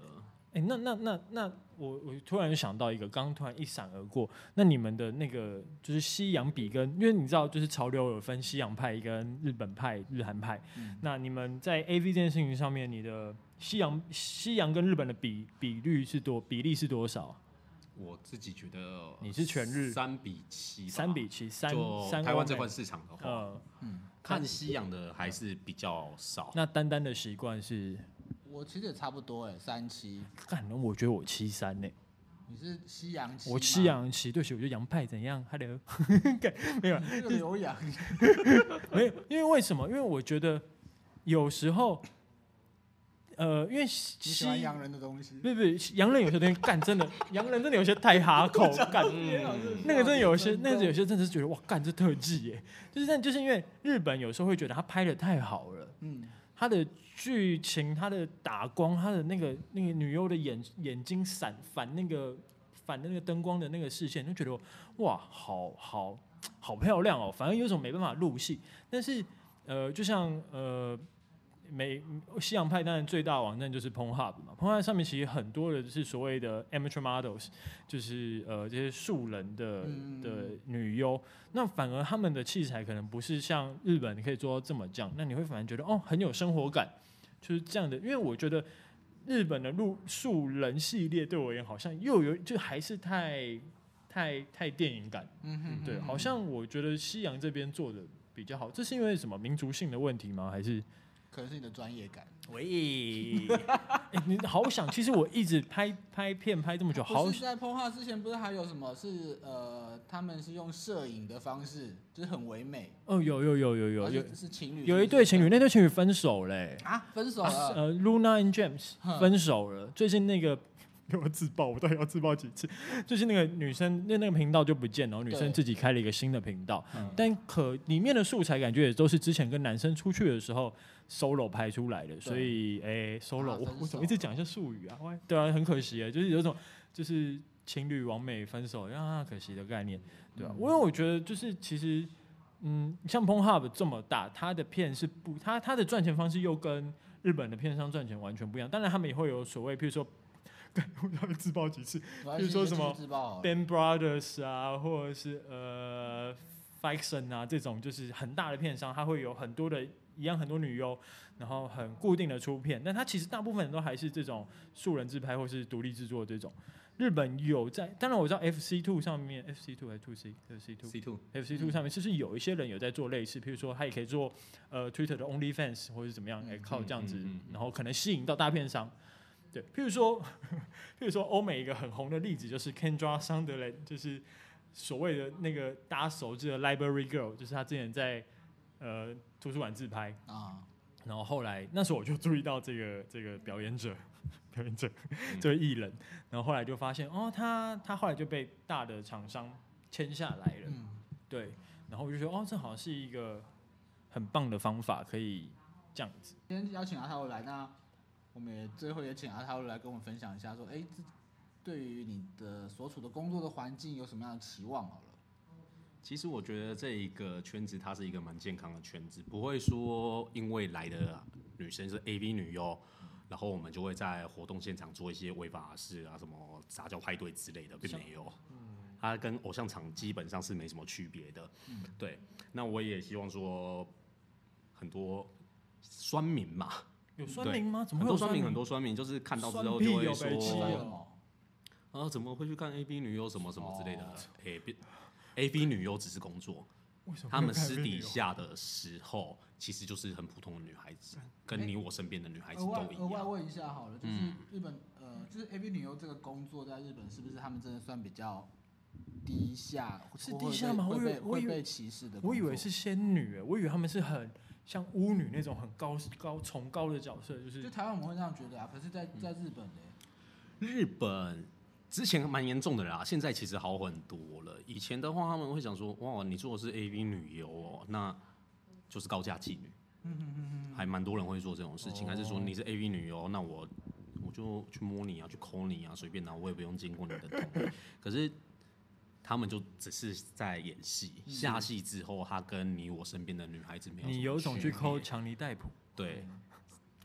B: 哎、那那那那，我我突然想到一个，刚刚突然一闪而过。那你们的那个就是西洋比跟，因为你知道，就是潮流有分西洋派跟日本派、日韩派。
A: 嗯
B: 那你们在 A V 这件事情上面，你的西洋西洋跟日本的比比率是多比例是多少？
D: 我自己觉得
B: 你是全日
D: 三比七吧，
B: 三比七，三
D: 啊就
B: 三
D: 台
B: 欧
D: 湾
B: 美
D: 这块市场的话，
B: 呃，
A: 嗯，
D: 看西洋的还是比较少。
B: 那丹丹的习惯是，
A: 我其实也差不多哎，三七，
B: 干，我觉得我七三呢，
A: 你是西洋七，
B: 我七，洋七，对不起，我就洋派怎样？Hello，
A: 这个刘洋，
B: 没有，因为为什么？因为我觉得有时候，呃，因为西
A: 你喜欢
B: 西
A: 洋人的东西。
B: 不不，洋人有些东西干真的，洋人真的有些太哈
A: (laughs)
B: 口干，
D: 嗯
B: 那个真的有些，那个有些真的是觉得哇，干这特技耶，就是但就是因为日本有时候会觉得他拍的太好了。
A: 嗯，
B: 他的剧情、他的打光、他的那个那个女优的眼眼睛闪反那个反那个灯光的那个视线，就觉得哇，好好好漂亮哦。反而有种没办法入戏，但是呃，就像呃。美西洋派当然最大的网站就是 Pornhub 嘛，Pornhub 上面其实很多的是所谓的 amateur models，就是呃这些素人的
A: 嗯
B: 的女优，那反而他们的器材可能不是像日本可以做到这么降，那你会反而觉得哦很有生活感，就是这样的。因为我觉得日本的路素人系列对我而言好像又有就还是太太太电影感，
A: 嗯哼，
B: 对，好像我觉得西洋这边做的比较好，这是因为什么民族性的问题吗？还是
A: 可能是你的专业感。
B: 喂、 (laughs) 哎你好想，其实我一直拍拍片拍这么久，好
A: 不是在碰画之前，不是还有什么是呃，他们是用摄影的方式，就是很唯美，
B: 哦有有有有有
A: 而
B: 有
A: 且是情侣，
B: 有一对情侣，那对情侣分手嘞、
A: 啊，分手
B: 啊
A: 了，
B: 呃，Luna and James
A: 哼
B: (laughs) 分手了。最近那个给我自爆，我到底要自爆几 (laughs) 次？就是那个女生，那那个频道就不见了，然后女
C: 对
B: 生自己开了一个新的频道，
A: 嗯
B: 但可里面的素材感觉也都是之前跟男生出去的时候 solo 拍出来的，所以诶 solo，、
C: 啊
B: 我
C: 分手
B: 我怎么一直讲一下术语啊？喂对啊，很可惜啊，就是有一种就是情侣完美分手啊，可惜的概念，对啊，因为我觉得就是其实。嗯，像 Pornhub 这么大，它的片是不，它它的赚钱方式又跟日本的片商赚钱完全不一样。当然，他们也会有所谓，譬如说， (laughs) 我到底自爆几次比如说什么
C: 自
A: 哦
C: 爆好了，
B: ？Ben Brothers 啊，或者是呃 Faction 啊，这种就是很大的片商，它会有很多的一样很多女优，然后很固定的出片。但它其实大部分人都还是这种素人自拍或是独立制作这种。日本有在，当然我知道 FC Two 上面，FC Two 还是 Two C，FC Two
D: C two
B: FC Two 上面，就是有一些人有在做类似，譬如说他也可以做呃 Twitter 的 OnlyFans 或者是怎么样，
C: 嗯
B: 哎、靠这样子，
D: 嗯嗯嗯嗯
B: 然后可能吸引到大片商。对，譬如说， (laughs) 譬如说欧美一个很红的例子就是 Kendra Sunderland，就是所谓的那个大家熟知的 Library Girl，就是她之前在呃图书馆自拍，
C: 啊，
B: 然后后来那时候我就注意到这个这个表演者， (laughs) 表演者
D: 嗯
B: 这位艺人，然后后来就发现哦，他他后来就被大的厂商签下来了。
C: 嗯，
B: 对，然后我就觉得哦，这好像是一个很棒的方法，可以这样子。
C: 今天邀请阿涛来，那我们也最后也请阿涛来跟我们分享一下，说，哎、这对于你的所处的工作的环境有什么样的期望？好了，
D: 其实我觉得这一个圈子，它是一个蛮健康的圈子，不会说因为来的女生是 AV 女优，然后我们就会在活动现场做一些违法的事啊，什么杂交派对之类的，并没有。
B: 嗯
D: 它跟偶像场基本上是没什么区别的。
B: 嗯
D: 对，那我也希望说，很多酸民嘛，
B: 有酸民吗？怎么
D: 很
B: 会有
D: 多酸民，
B: 民？
D: 很多酸民就是看到之
B: 酸
D: 后
B: 屁
D: 就会
B: 哦北七
C: 期望
B: 哦
D: 说
C: 什，么？
D: 啊，怎么会去看 AV 女优什么什么之类的
C: 哦
D: ？A B A V 女优只是工作，
B: 为什么
D: 他
B: 会有
D: 们
B: 看
D: 私
B: 这个
D: 底
B: 理由？
D: 下的时候，其实就是很普通的女孩子，
B: 哎
D: 跟你我身边的女孩子
C: 额外
D: 都
C: 额
D: 一
C: 外
D: 样。
C: 问一下好了，就是
D: 嗯
C: 日本、呃，就是 AV 女优这个工作在日本是不是他们真的算比较低下？
B: 是
C: 或会
B: 低下
C: 被
B: 吗
C: 会
B: 我以为
C: 被
B: 我以
C: 会
B: 为
C: 被歧视的工作？
B: 我以为是仙女，我以为他们是很像巫女那种很高高崇高的角色，就
C: 就是台湾我们会这样觉得啊，可是在，
D: 嗯
C: 在日本呢、
D: 日本之前蛮严重的啦，现在其实好很多了。以前的话，他们会想说，哇，你做的是 A V 女优哦，那就是高价妓女，
B: 嗯
D: 还蛮多人会做这种事
B: 哦
D: 情，还是说你是 A V 女优，那我我就去摸你啊，去抠你啊，随便拿，我也不用经过你的
B: (laughs)
D: 同意。可是他们就只是在演戏，下戏之后，他跟你我身边的女孩子没有什么
B: 嗯你有种
D: 区
B: 去
D: 别
B: 抠强尼戴普，
D: 对，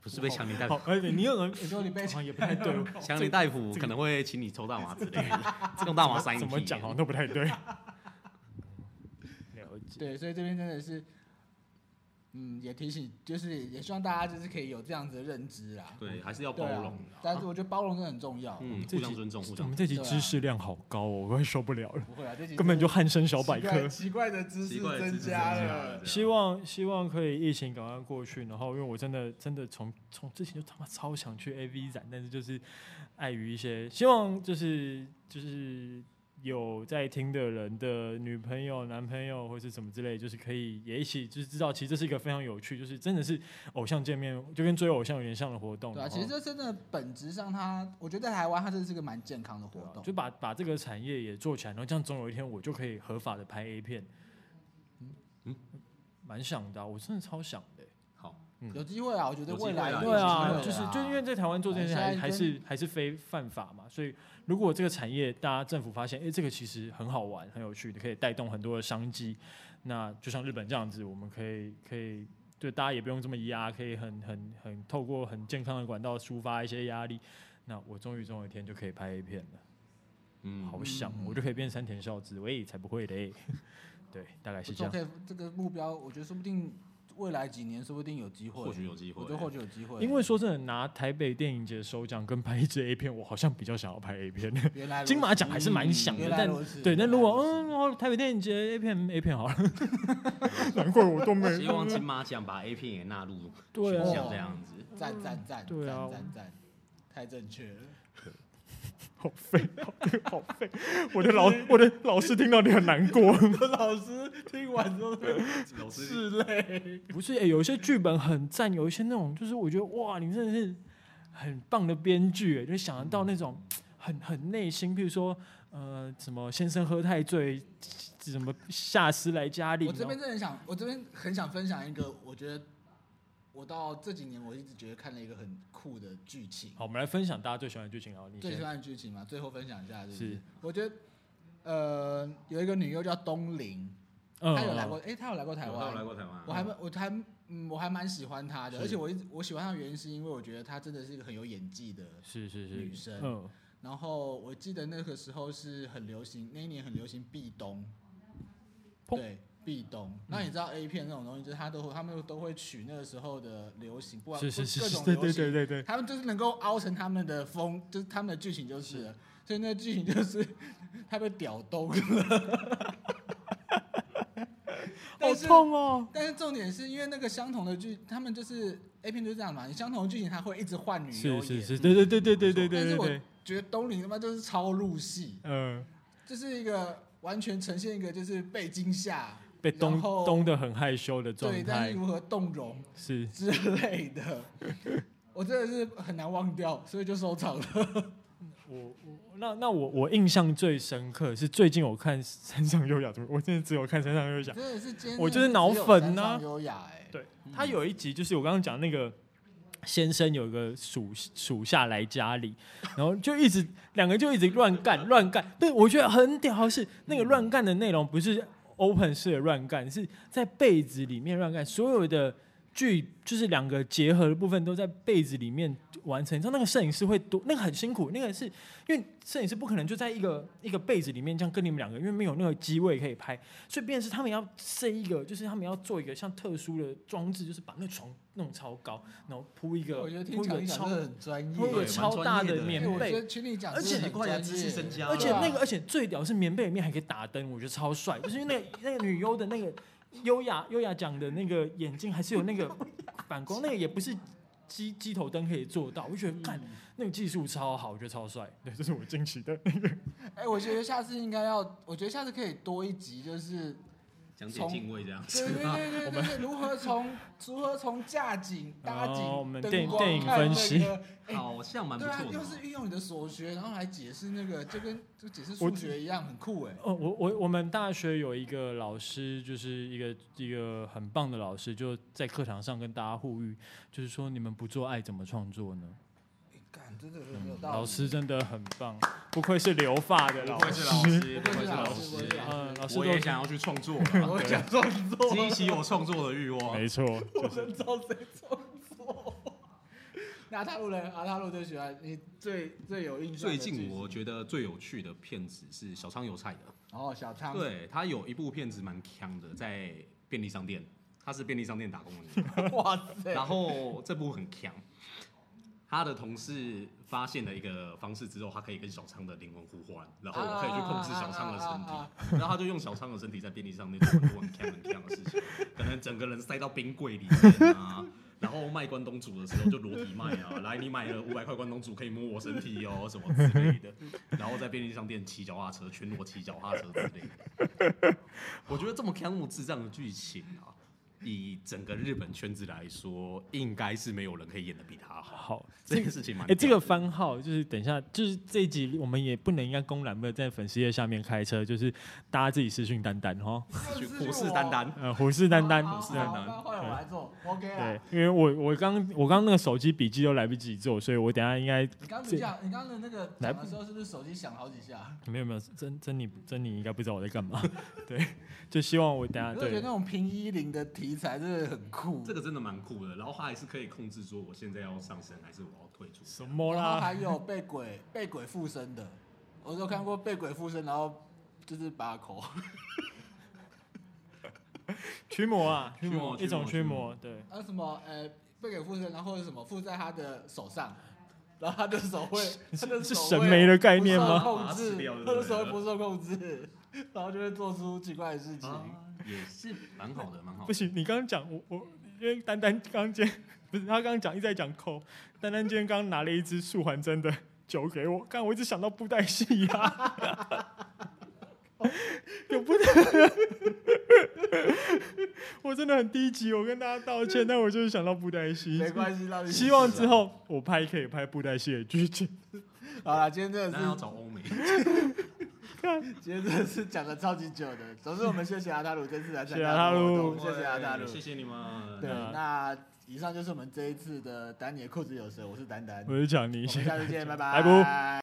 D: 不是被强尼戴
B: 好
D: 普，，
B: 而且你有人
D: (laughs)
C: 你说你被
B: 好像也不太对，
D: 强尼戴普可能会请你抽大麻之类 (laughs) 的，这种大麻三一
B: 怎么
D: 批
B: 讲好像都不太
D: (laughs)
B: 对。 (laughs) 了解，
C: 对，所以这边真的是，嗯，也提醒，就是也也希望大家就是可以有这样子的认知啊。
D: 对，还是要
C: 对
D: 包
C: 啊
D: 容的
C: 但是
D: 啊，
C: 我觉得包容真的很重要。
D: 嗯，
B: 这
D: 互
B: 集
D: 相尊重，互
B: 我
D: 相
B: 们。这集
C: 对啊
B: 知识量好高哦，我快受不了了，
C: 不会啊，这集
B: 根本就汉声小百
C: 奇怪
B: 科。
C: 奇怪的知识
D: 奇怪的知识
C: 增
D: 增
C: 加
D: 加
C: 了
D: 了。
B: 希望希望可以疫情赶快过去，然后因为我真的真的从从之前就他妈超想去 AV 展，但是就是碍于一些希望就是就是有在听的人的女朋友、男朋友或是什么之类，就是可以也一起就是知道，其实这是一个非常有趣，就是真的是偶像见面，就跟追偶像有点像的活动。
C: 对啊，
B: 哦然后
C: 其实这真的本质上它，我觉得在台湾它真的是个蛮健康的活
B: 对啊
C: 动。
B: 就把把这个产业也做起来，然后这样总有一天我就可以合法的拍 A 片。嗯
D: 嗯
B: 蛮想的啊、我真的超想的欸、
D: 好，
B: 嗯
C: 有机会啊，我觉得
D: 有机
C: 未
D: 会
C: 来
D: 啊
C: 有
D: 有
B: 对啊，
C: 机会
B: 就是就因为在台湾做这件事还
C: 哎现在
B: 还
C: 跟
B: 是还是非犯法嘛，所以如果这个产业大家政府发现，哎、这个其实很好玩、很有趣，可以带动很多的商机，那就像日本这样子，我们可以可以对大家也不用这么压，可以很很很透过很健康的管道抒发一些压力。那我终于总有一天就可以拍 A 片了，
D: 嗯，
B: 好想，我就可以变山田孝之，喂，才不会嘞。 (laughs) 对，大概是这
C: 我做
B: 样。
C: 可以这个目标，我觉得说不定未来几年说不定有机会，
D: 或许有机会
C: 我觉得或许有机会，
B: 因为说真的，拿台北电影节首奖跟拍一支 A 片，我好像比较想要拍 A 片。
C: 原来如此嗯
B: 金马奖还是蛮想的，
C: 原来
B: 但
C: 如此
B: 对，那
C: 原来
B: 如果
C: 此
B: 嗯，哦台北电影节 A 片 A 片好了，难怪我都没嗯
D: 希望金马奖把 A 片也纳入
B: 对
D: 选
B: 啊，
D: 项这样子。
C: 赞赞赞，
B: 对啊
C: 赞赞赞，太正确了。
B: 好废，好好废，我的老我的老师听到你很难过。
A: 老师听完之后
D: 老
A: 是
D: 师，
A: 泪。
B: 不是，哎、有一些剧本很赞，有一欸些那种就是我觉得哇，你真的是很棒的编剧，哎就想得到那种很很内心，譬如说呃什么先生喝太醉，什么下司来家里，
A: 我这
B: 然后
A: 边真的很想，我这边很想分享一个，我觉得我到这几年我一直觉得看了一个很酷的剧情，
B: 好，我们来分享大家最喜欢的剧情啊，你
A: 最喜
B: 先
A: 欢的剧情嘛，最后分享一下，是不是？
B: 是
A: 我觉得呃，有一个女优叫东玲，
B: 嗯
A: 她有来
B: 嗯
A: 过，哎、她有来过台湾，
D: 过台湾啊
A: 我还蛮我还嗯，我还蛮喜欢她的，
B: 是
A: 而且我一直我喜欢她的原因是因为我觉得她真的是一个很有演技的
B: 是是
A: 女
B: 是，
A: 生。
B: 嗯
A: 然后我记得那个时候是很流行，那一年很流行壁咚，
B: 砰嗯
A: 对壁咚。那你知道 A 片那种东西，就是他都会他们都会取那个时候的流行，不管
B: 是是是
A: 各
B: 是，
A: 种
B: 对
A: 流行，
B: 对对对 (laughs) 对。
A: 他们就是能够凹成他们的风， (laughs) 就是他们的剧情就是了，所以那个剧情就是 (laughs) 他被屌 (laughs) 咚了。
B: 好
A: 但是
B: 痛哦！
A: 但是重点是因为那个相同的剧，他们就是 A 片就是这样嘛，你相同的剧情他会一直换女优
B: 是
A: 演。
B: 是是，对对对对对对
A: 但是
B: 对对
A: 我
B: 对，
A: 觉得东林他妈就是超入戏，
B: 嗯，
A: 就是一个完全呈现一个就是被惊吓，
B: 被咚
A: 然后
B: 咚的很害羞的状
A: 对，但
B: 态
A: 是如何动容
B: 是
A: 之类的， (laughs) 我真的是很难忘掉，所以就收藏了。
B: 我我那那我我印象最深刻是最近我看山上优雅，我真的只有看山上优雅
A: 真。的是今天
B: 我就是脑粉啊
A: 真的是只有
B: 呐
A: 山上优雅哎、
B: 对，他有一集就是我刚刚讲那个先生有一个属属下来家里，然后就一直两个就一直乱干乱干，但我觉得很屌的是那个乱干的内容不是 open 式的乱干，是在被子里面乱干，所有的。剧就是两个结合的部分都在被子里面完成，你知道那个摄影师会多，那个很辛苦，那个是因为摄影师不可能就在一个一个被子里面这样跟你们两个，因为没有那个机位可以拍，所以变成是他们要设一个，就是他们要做一个像特殊的装置，就是把那床弄超高，然后铺一个
A: 我觉得听
B: 铺一
A: 讲
B: 个
A: 你讲
B: 超
A: 真的很专业
B: 铺一个
D: 对
A: 欸，
B: 超大
D: 蛮专业的
B: 棉
A: 哎我觉
B: 被，
A: 得群里讲
B: 而且
A: 真的很
D: 你快点
A: 专
D: 知识增加
A: 业
D: 了
B: 欸而且那个而且最屌是棉被里面还可以打灯，我觉得超帅，就是因为那个那个女优的那个优雅优雅讲的那个眼镜还是有那个反光，那个也不是。机机头灯可以做到，我就觉得看那个技术超好，我觉得超帅。对，这是我惊奇的。
A: 哎、我觉得下次应该要，我觉得下次可以多一集，
B: (laughs)
A: 就是
D: 讲
A: 解敬
D: 畏这样
A: 对对对对对对，如何从如何从架景搭景，
B: 哦我们
A: 灯
B: 电
A: 光
B: 电影
A: 看
B: 分
A: 那
B: 析
A: 个
D: 好像蛮不
A: 对啊，
D: 错的
A: 又
D: 哦。
A: 是运用你的所学，然后来解释那个，就跟就解释
B: 我
A: 数学一样，很酷哎、
B: 哦，我我我们大学有一个老师，就是一个一个很棒的老师，就在课堂上跟大家呼吁，就是说你们不做爱怎么创作呢？
A: 欸！干，真的很有道理。
B: 老师真的很棒，不愧是留发的老
D: 不愧是老
B: 师。
D: 师，
A: 不愧
D: 不愧
A: 是
D: 是
A: 老
D: 老
A: 师
D: 师，
B: 嗯，老师
D: 我也
B: 都
D: 想要去创作 (laughs) 了，
A: 我想说，
D: 激起我创作的欲望。
B: 没错，就是
A: 找谁创作？那阿塔路人，阿塔路最喜欢你最最有印象
D: 最
A: 的剧情。
D: 近我觉得最有趣的片子是小仓油菜的，
A: 哦，小仓，
D: 对他有一部片子蛮强的，在便利商店，他是便利商店打工的女人，
A: 哇塞，
D: 然后这部很强。他的同事发现了一个方式之后，他可以跟小仓的灵魂互换，然后我可以去控制小仓的身体，
A: 啊啊啊啊
B: (laughs)
D: 然后他就用小仓的身体在便利商店做很多很强很强的事情，可能整个人塞到冰柜里面啊，然后卖关东煮的时候就裸体卖啊，来你买了五百块关东煮可以摸我身体哦什么之类的，然后在便利商店骑脚踏车，全裸骑脚踏车之类的。我觉得这么强那么智障的剧情啊，以整个日本圈子来说，应该是没有人可以演的比他好。
B: 好。
D: 这件事情蛮
B: 哎、
D: 屌的
B: 这个番号就是等一下，就是这一集我们也不能应该公然的在粉丝页下面开车，就是大家自己私讯丹丹哈，
D: 去虎视眈眈。
B: 呃，虎视眈眈，
A: 好
B: 虎视
A: 好
B: 眈
A: 好
B: 眈。
A: 那换我来做，OK 啦
B: 对。，因为我我刚我刚那个手机笔记都来不及做，所以我等一下应该
A: 你刚刚讲，你刚刚的那个
B: 来
A: 讲的时候，是不是手机响好几下？
B: 没有没有珍珍妮珍妮应该不知道我在干嘛，对，就希望我等一下
A: 我觉得
B: 对
A: 那种平一零的题材真的很酷。
D: 这个真的蛮酷的，然后他还是可以控制说我现在要上升还是我要退出。
B: 什么
A: 然后
B: 啦，
A: 还有被鬼被鬼附身的，我都看过被鬼附身，然后就是把口。
B: 驱魔啊，驱
D: 驱魔
B: 魔一种驱
D: 驱魔
B: 魔，对，
A: 还有什么呃被鬼附身，然后或者什么附在他的手上，然后他的手会，他的
B: 是
A: 手会
B: 神媒的概念
A: 不受
B: 吗
D: 把
A: 控
D: 它
A: 制
D: 吃啊掉，
A: 他
D: 就对
A: 的
D: 了
A: 手会不受控制，然后就会做出奇怪的事情。
D: 啊，也是蛮好的，蛮好
B: (laughs) 不
D: 的。
B: 行，你刚刚讲我我因为丹丹刚今天 (laughs) 不是他刚刚讲一直在讲扣，丹丹今天刚拿了一支素还真的酒给我，刚我一直想到布袋戏呀、 (laughs) 有布袋， (laughs) 我真的很低级，我跟大家道歉，但我就是想到布袋戏，
A: 没关系，让你啊
B: 希望之后我拍可以拍布袋戏的剧情。
A: 好了，今天真的
D: 那
A: 是
D: 要找欧
B: (laughs)
D: 美。
A: 今天真的是讲的超级久的。总之，我们谢谢阿大鲁这次来参
B: 谢谢
A: 加
B: 阿大
A: 我
B: 鲁
A: 们的活动，谢谢阿大鲁。
D: 谢谢你们。
A: 对，
B: 啊
A: 那以上就是我们这一次的丹尼的裤子有蛇，我是丹丹，我
B: 我就讲你
A: 们
B: 先。
A: 下次见，拜拜，
B: 拜拜。